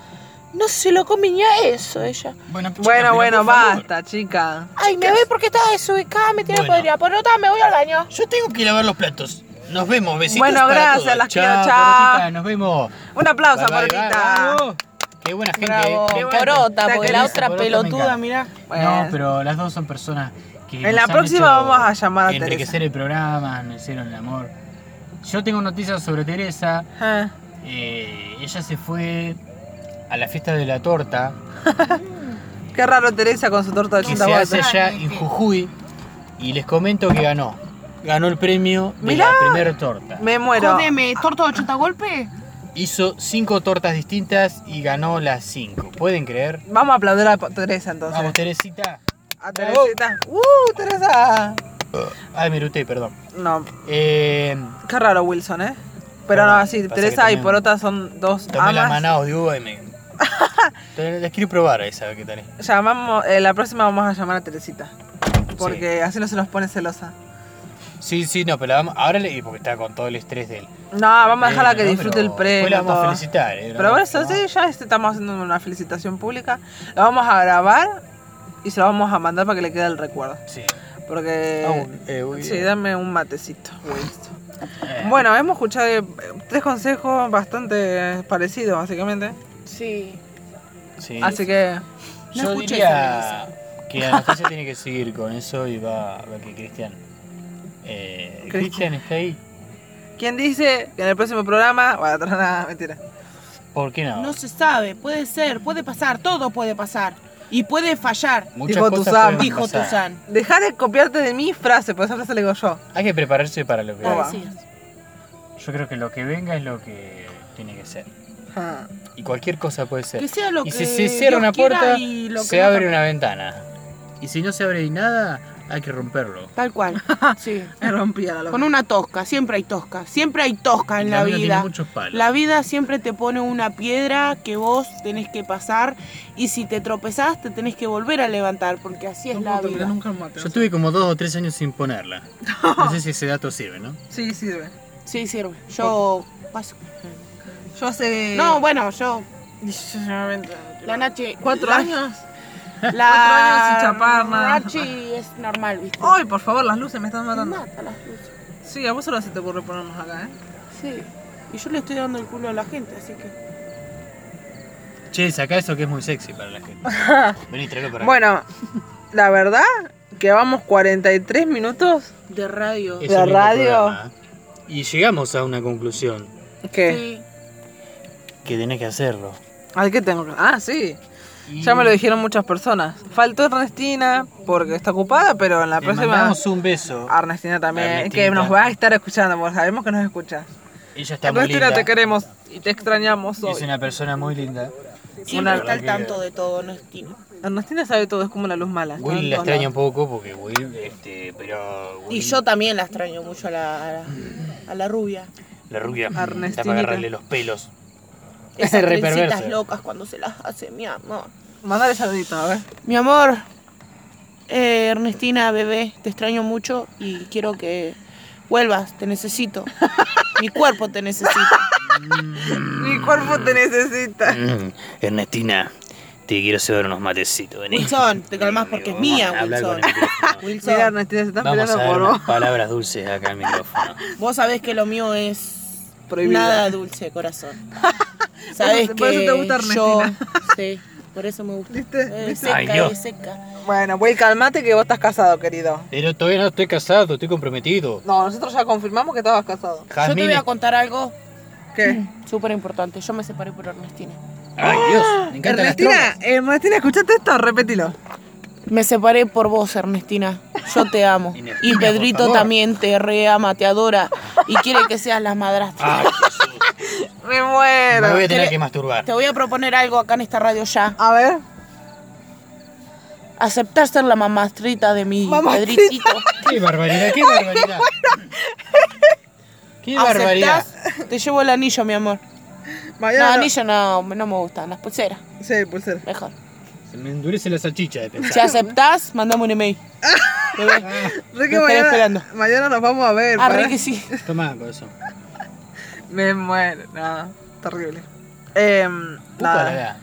A: No se lo come ni a eso ella.
C: Bueno, chica,
B: Bueno,
C: pero
B: bueno,
C: por favor.
B: basta, chica.
F: Ay, me voy porque estaba desubicada, me tiene
C: Bueno.
F: podrida. Por otra, me voy al baño.
C: Yo tengo que lavar los platos. Nos vemos, besitos.
B: Bueno,
C: para
B: gracias,
C: todos.
B: las quiero,
C: porotita,
B: chao.
C: Nos vemos.
B: Un aplauso,
C: Bye, bye,
B: Porotita.
C: bye. Qué buena gente.
A: Bravo,
C: eh. Me encanta.
A: porota,
B: Está
A: porque la
B: querida,
A: otra
C: porota me
A: pelotuda,
C: encanta.
A: mirá.
B: Bueno.
C: No, pero las dos son personas que.
B: En
C: nos
B: la
C: han
B: próxima
C: hecho
B: vamos a llamar a
C: Enriquecer el programa, nos hicieron el amor. Yo tengo noticias sobre Teresa.
B: Ah,
C: Eh, ella se fue a la fiesta de la torta
B: Qué raro Teresa con su torta de
C: que
B: 80
C: se hace
B: guates.
C: allá en Jujuy. Y les comento que ganó. Ganó el premio de
B: Mirá.
C: la primera torta.
B: Me muero.
G: Jodeme, torto de 80 golpes.
C: Hizo cinco tortas distintas y ganó las cinco. ¿Pueden creer?
B: Vamos a aplaudir a Teresa entonces.
C: Vamos, Teresita.
B: A Teresita. ¡Uh, Teresa!
C: Ay, Mirute, perdón.
B: No,
C: Eh,
B: qué raro Wilson, ¿eh? Pero
C: Perdón,
B: no, sí,
C: pasa
B: Teresa
C: que
B: y
C: tomé-
B: Porota son dos
C: tomé la
B: amas.
C: manao de uva y me. Entonces, les quiero probar a esa que tal. es.
B: Llamamos, eh, la próxima vamos a llamar a Teresita. Porque así no se nos pone celosa.
C: Sí, sí, no, pero la vamos. Ahora le. y Porque está con todo el estrés del.
B: No, vamos a dejarla
C: Eh,
B: que
C: no,
B: disfrute
C: pero
B: el premio.
C: Después la vamos a
B: todo.
C: felicitar, ¿eh?
B: Pero bueno, eso sí, ya este- estamos haciendo una felicitación pública. La vamos a grabar y se la vamos a mandar para que le quede el recuerdo.
C: Sí.
B: Porque.
C: Ah, bueno, eh, muy
B: sí,
C: bien.
B: dame un matecito, Winston.
C: Eh,
B: Bueno, hemos escuchado eh, tres consejos bastante parecidos, básicamente.
G: Sí.
C: sí.
B: Así que.
C: Yo diría que Anastasia tiene que seguir con eso y va a ver que Cristian. Eh, Cristian está ahí.
B: ¿Quién dice que en el próximo programa. Bueno, atrás nada, mentira.
C: ¿Por qué no?
A: No se sabe, puede ser, puede pasar, todo puede pasar. Y puede fallar,
C: Muchas
B: Dijo
C: cosas
B: Tuzán.
C: pueden
A: dijo
C: pasar.
A: Tuzán.
B: Dejar de copiarte de mi frase, porque esa frase la digo yo.
C: Hay que prepararse para lo que
B: Ah,
C: va.
B: va.
C: Yo creo que lo que venga es lo que tiene que ser.
B: Ah.
C: Y cualquier cosa puede ser.
A: Que sea lo
C: y
A: que
C: si se cierra
A: Dios
C: una
A: quiera
C: puerta,
A: y lo que
C: se
A: no
C: abre
A: también.
C: una ventana. Y si no se abre nada, hay que romperlo.
A: Tal cual, sí.
B: Me rompía la loca.
A: Con una tosca, siempre hay tosca, siempre hay tosca en la
C: mina tiene
A: vida.
C: muchos palos.
A: La vida siempre te pone una piedra que vos tenés que pasar y si te tropezás te tenés que volver a levantar porque así es la vida.
B: nunca mate.
C: Yo tuve como dos o tres años sin ponerla. No sé si ese dato sirve, ¿no?
B: Sí, sirve.
A: Sí, sirve. Yo paso.
B: Yo hace.
A: Eh, No, bueno, yo. La Nachi.
B: ¿Cuatro
A: la-
B: años? años
A: La,
B: sin chapar nada.
A: Nachi es normal, ¿viste?
B: Ay, por favor, las luces me están matando.
A: Mata las luces.
B: Sí, a vos solo se te ocurre ponernos acá, ¿eh?
A: Sí. Y yo le estoy dando el culo a la gente, así que.
C: Che, saca eso que es muy sexy para la gente. Vení, tráelo para acá.
B: Bueno, la verdad que vamos 43 minutos.
A: De radio.
C: Es
B: la
C: el mismo
B: radio.
C: programa. Y llegamos a una conclusión.
B: ¿Qué?
A: Sí.
C: Que tenés que hacerlo.
B: Ay, ¿qué tengo? que- Ah, sí.
C: Y
B: Ya me lo dijeron muchas personas. Faltó Ernestina porque está ocupada, pero en la
C: le
B: próxima... Ah,
C: mandamos un beso.
B: A Ernestina también,
C: Ernestina.
B: que nos va a estar escuchando, porque sabemos que nos escucha.
C: Ella está muy
B: Ernestina,
C: linda.
B: te queremos y te extrañamos hoy.
C: Es una persona muy linda.
A: Siempre
B: Una-
A: está al tanto de todo, no es Tino.
B: Ernestina sabe todo, es como la luz mala. está
C: Will
B: en
C: la
B: todos
C: extraña un
B: lados.
C: poco porque Will, este, pero.
A: Y
C: Will-
A: yo también la extraño mucho a la, a la, a la rubia.
C: La rubia. Está
B: Ernestinita.
C: para agarrarle los pelos.
A: Esas
C: Re
A: trencitas
C: perversa.
A: locas cuando se las hace, mi amor.
B: Mandale saludito, a ver.
A: Mi amor, eh, Ernestina, bebé, te extraño mucho y quiero que vuelvas, te necesito. Mi cuerpo te necesita.
B: Mi cuerpo te necesita.
C: Mm, Ernestina, te quiero cebar unos matecitos. Vení.
A: Wilson, te calmás porque es mía,
C: Vamos a hablar
A: Wilson.
C: con el micrófono.
B: Mira,
A: Wilson,
B: Ernestina, se están
C: Vamos
B: peleando
C: a dar
B: por vos.
C: unas palabras dulces acá al micrófono.
A: vos sabés que lo mío es
B: Prohibido.
A: nada dulce, corazón. Sabés
B: Por eso- por eso
A: que
B: te gusta
A: yo,
B: Ernestina.
A: sí, Por eso me gusta.
B: ¿Viste?
A: Eh,
B: ¿Viste?
A: seca,
C: Ay, Dios.
A: eh, seca.
B: Bueno, güey, calmate que vos estás casado, querido.
C: Pero todavía no estoy casado, estoy comprometido.
B: No, nosotros ya confirmamos que estabas casado.
A: Yo te
C: Jazmín.
A: voy a contar algo
B: ¿Qué?
A: súper importante. Yo me separé por Ernestina.
C: Ay, Dios, me encantan las
B: Ernestina,
C: drogas.
B: eh, Ernestina, escuchate esto, repetilo.
A: Me separé por vos, Ernestina. Yo te amo.
C: Ernestina,
A: Y
C: por
A: Pedrito
C: favor.
A: también te reama, te adora y quiere que seas las madrastras.
C: Ay, Jesús.
B: Me muero.
C: Me voy a tener
A: Pero-
C: que masturbar.
A: Te voy a proponer algo acá en esta radio ya.
B: A ver.
A: Aceptar ser la mamastrita de mi
B: Mamastrita.
A: Pedritito.
C: Qué barbaridad, qué barbaridad. Qué barbaridad.
A: ¿Aceptás? Te llevo el anillo, mi amor. No,
B: Mañana. no.
A: anillo no, no me gustan. Las pulseras,
B: Sí, pulsera.
A: mejor.
C: Se me endurece la salchicha de
A: Si
C: pensar.
A: aceptás, mandame un email. Bebé.
B: Ricky,
A: Lo estaré
B: mañana,
A: esperando.
B: mañana nos vamos a ver.
A: Ah,
B: para-
A: re que sí.
C: Tomá, corazón.
B: Me muero. No, terrible. Em,
C: Puta la
B: nada,
C: verdad.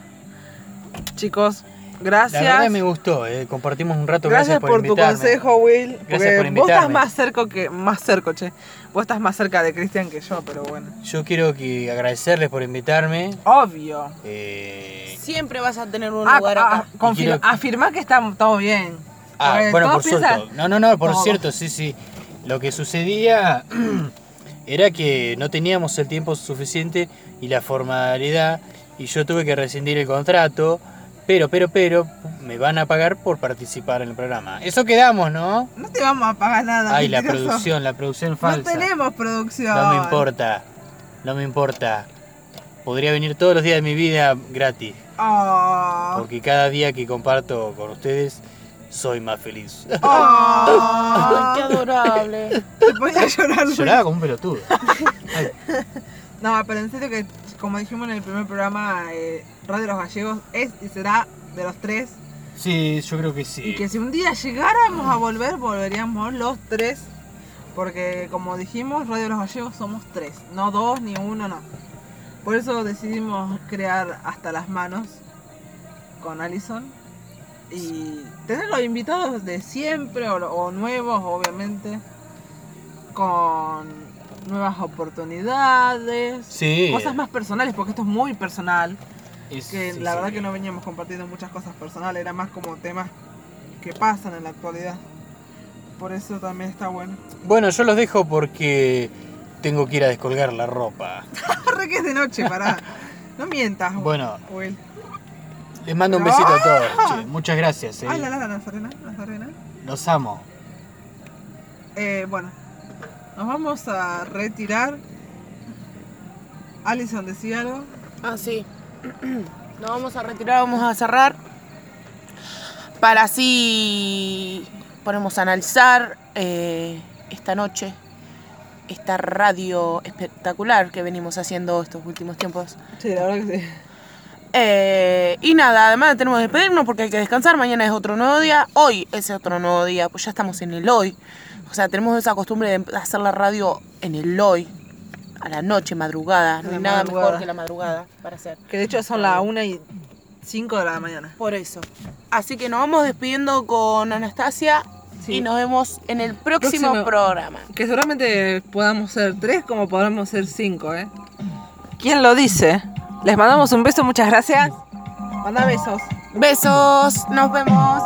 B: chicos,
C: La verdad
B: gracias.
C: me gustó, eh, compartimos un rato.
B: Gracias por, tu
C: invitarme.
B: consejo, Will. Porque
C: por
B: vos estás
C: invitarme.
B: más cerca que. Más cerca, che. Vos estás más cerca de Cristian que yo, pero bueno.
C: Yo quiero que agradecerles por invitarme.
B: Obvio.
C: eh,
A: Siempre vas a tener un
B: Ah,
A: lugar
B: ah,
A: acá.
B: confirma-
C: quiero-
B: Afirmá que está todo bien.
C: Ah,
B: Porque
C: bueno, por
B: todos piensan-
C: cierto. No, no, no, por
B: Todos.
C: cierto, sí, sí. Lo que sucedía era que no teníamos el tiempo suficiente y la formalidad y yo tuve que rescindir el contrato, pero, pero, pero, me van a pagar por participar en el programa. Eso quedamos, ¿no?
B: No te vamos a pagar nada.
C: Ay, la
B: mentiroso.
C: producción, la producción
B: No
C: falsa.
B: tenemos producción.
C: No me importa, no me importa. Podría venir todos los días de mi vida gratis,
B: Oh.
C: porque cada día que comparto con ustedes soy más feliz.
B: Oh.
A: Ay, qué adorable.
B: Te voy a llorar. Will.
C: Lloraba como un pelotudo. Ay,
B: No, pero en serio que, como dijimos en el primer programa, eh, Radio Los Gallegos es y será de los tres.
C: sí, yo creo que
B: Y
C: sí.
B: que si un día llegáramos a volver, volveríamos los tres. Porque como dijimos, Radio Los Gallegos somos tres, no dos ni uno, no. Por eso decidimos crear Hasta las Manos con Alison. Y tener los invitados de siempre, o, o nuevos, obviamente. Con nuevas oportunidades.
C: Sí.
B: Cosas más personales, porque esto es muy personal
C: Es-
B: que
C: sí,
B: la
C: sí.
B: verdad que no veníamos compartiendo muchas cosas personales, era más como temas que pasan en la actualidad. Por eso también está bueno.
C: Bueno, yo los dejo porque tengo que ir a descolgar la ropa.
B: Ah. Re que es de noche, pará. No mientas.
C: Bueno,
B: Will.
C: les mando un besito a todos. che. Muchas gracias. eh.
B: Ay, Ah, la, la, la, Nazarena, Nazarena.
C: Los amo.
B: Eh, bueno, nos vamos a retirar. Alison, decía algo.
A: Ah, sí. Nos vamos a retirar, vamos a cerrar. Para así ponemos a analizar eh, esta noche, esta radio espectacular que venimos haciendo estos últimos tiempos.
B: Sí, la verdad que sí.
A: Eh, y nada, además tenemos que despedirnos porque hay que descansar. Mañana es otro nuevo día. Hoy es otro nuevo día, pues ya estamos en el hoy. O sea, tenemos esa costumbre de hacer la radio en el hoy, a la noche, madrugada. No
B: La
A: hay nada
B: madrugada.
A: mejor que la madrugada para hacer.
B: Que de hecho son las 1 y 5 de la mañana.
A: Por eso. Así que nos vamos despidiendo con Anastasia
B: Sí.
A: y nos vemos en el próximo,
B: Próximo.
A: programa.
B: Que seguramente podamos ser tres como podamos ser cinco, ¿eh? ¿Quién lo dice? Les mandamos un beso, muchas gracias. Manda besos.
A: Besos, nos vemos.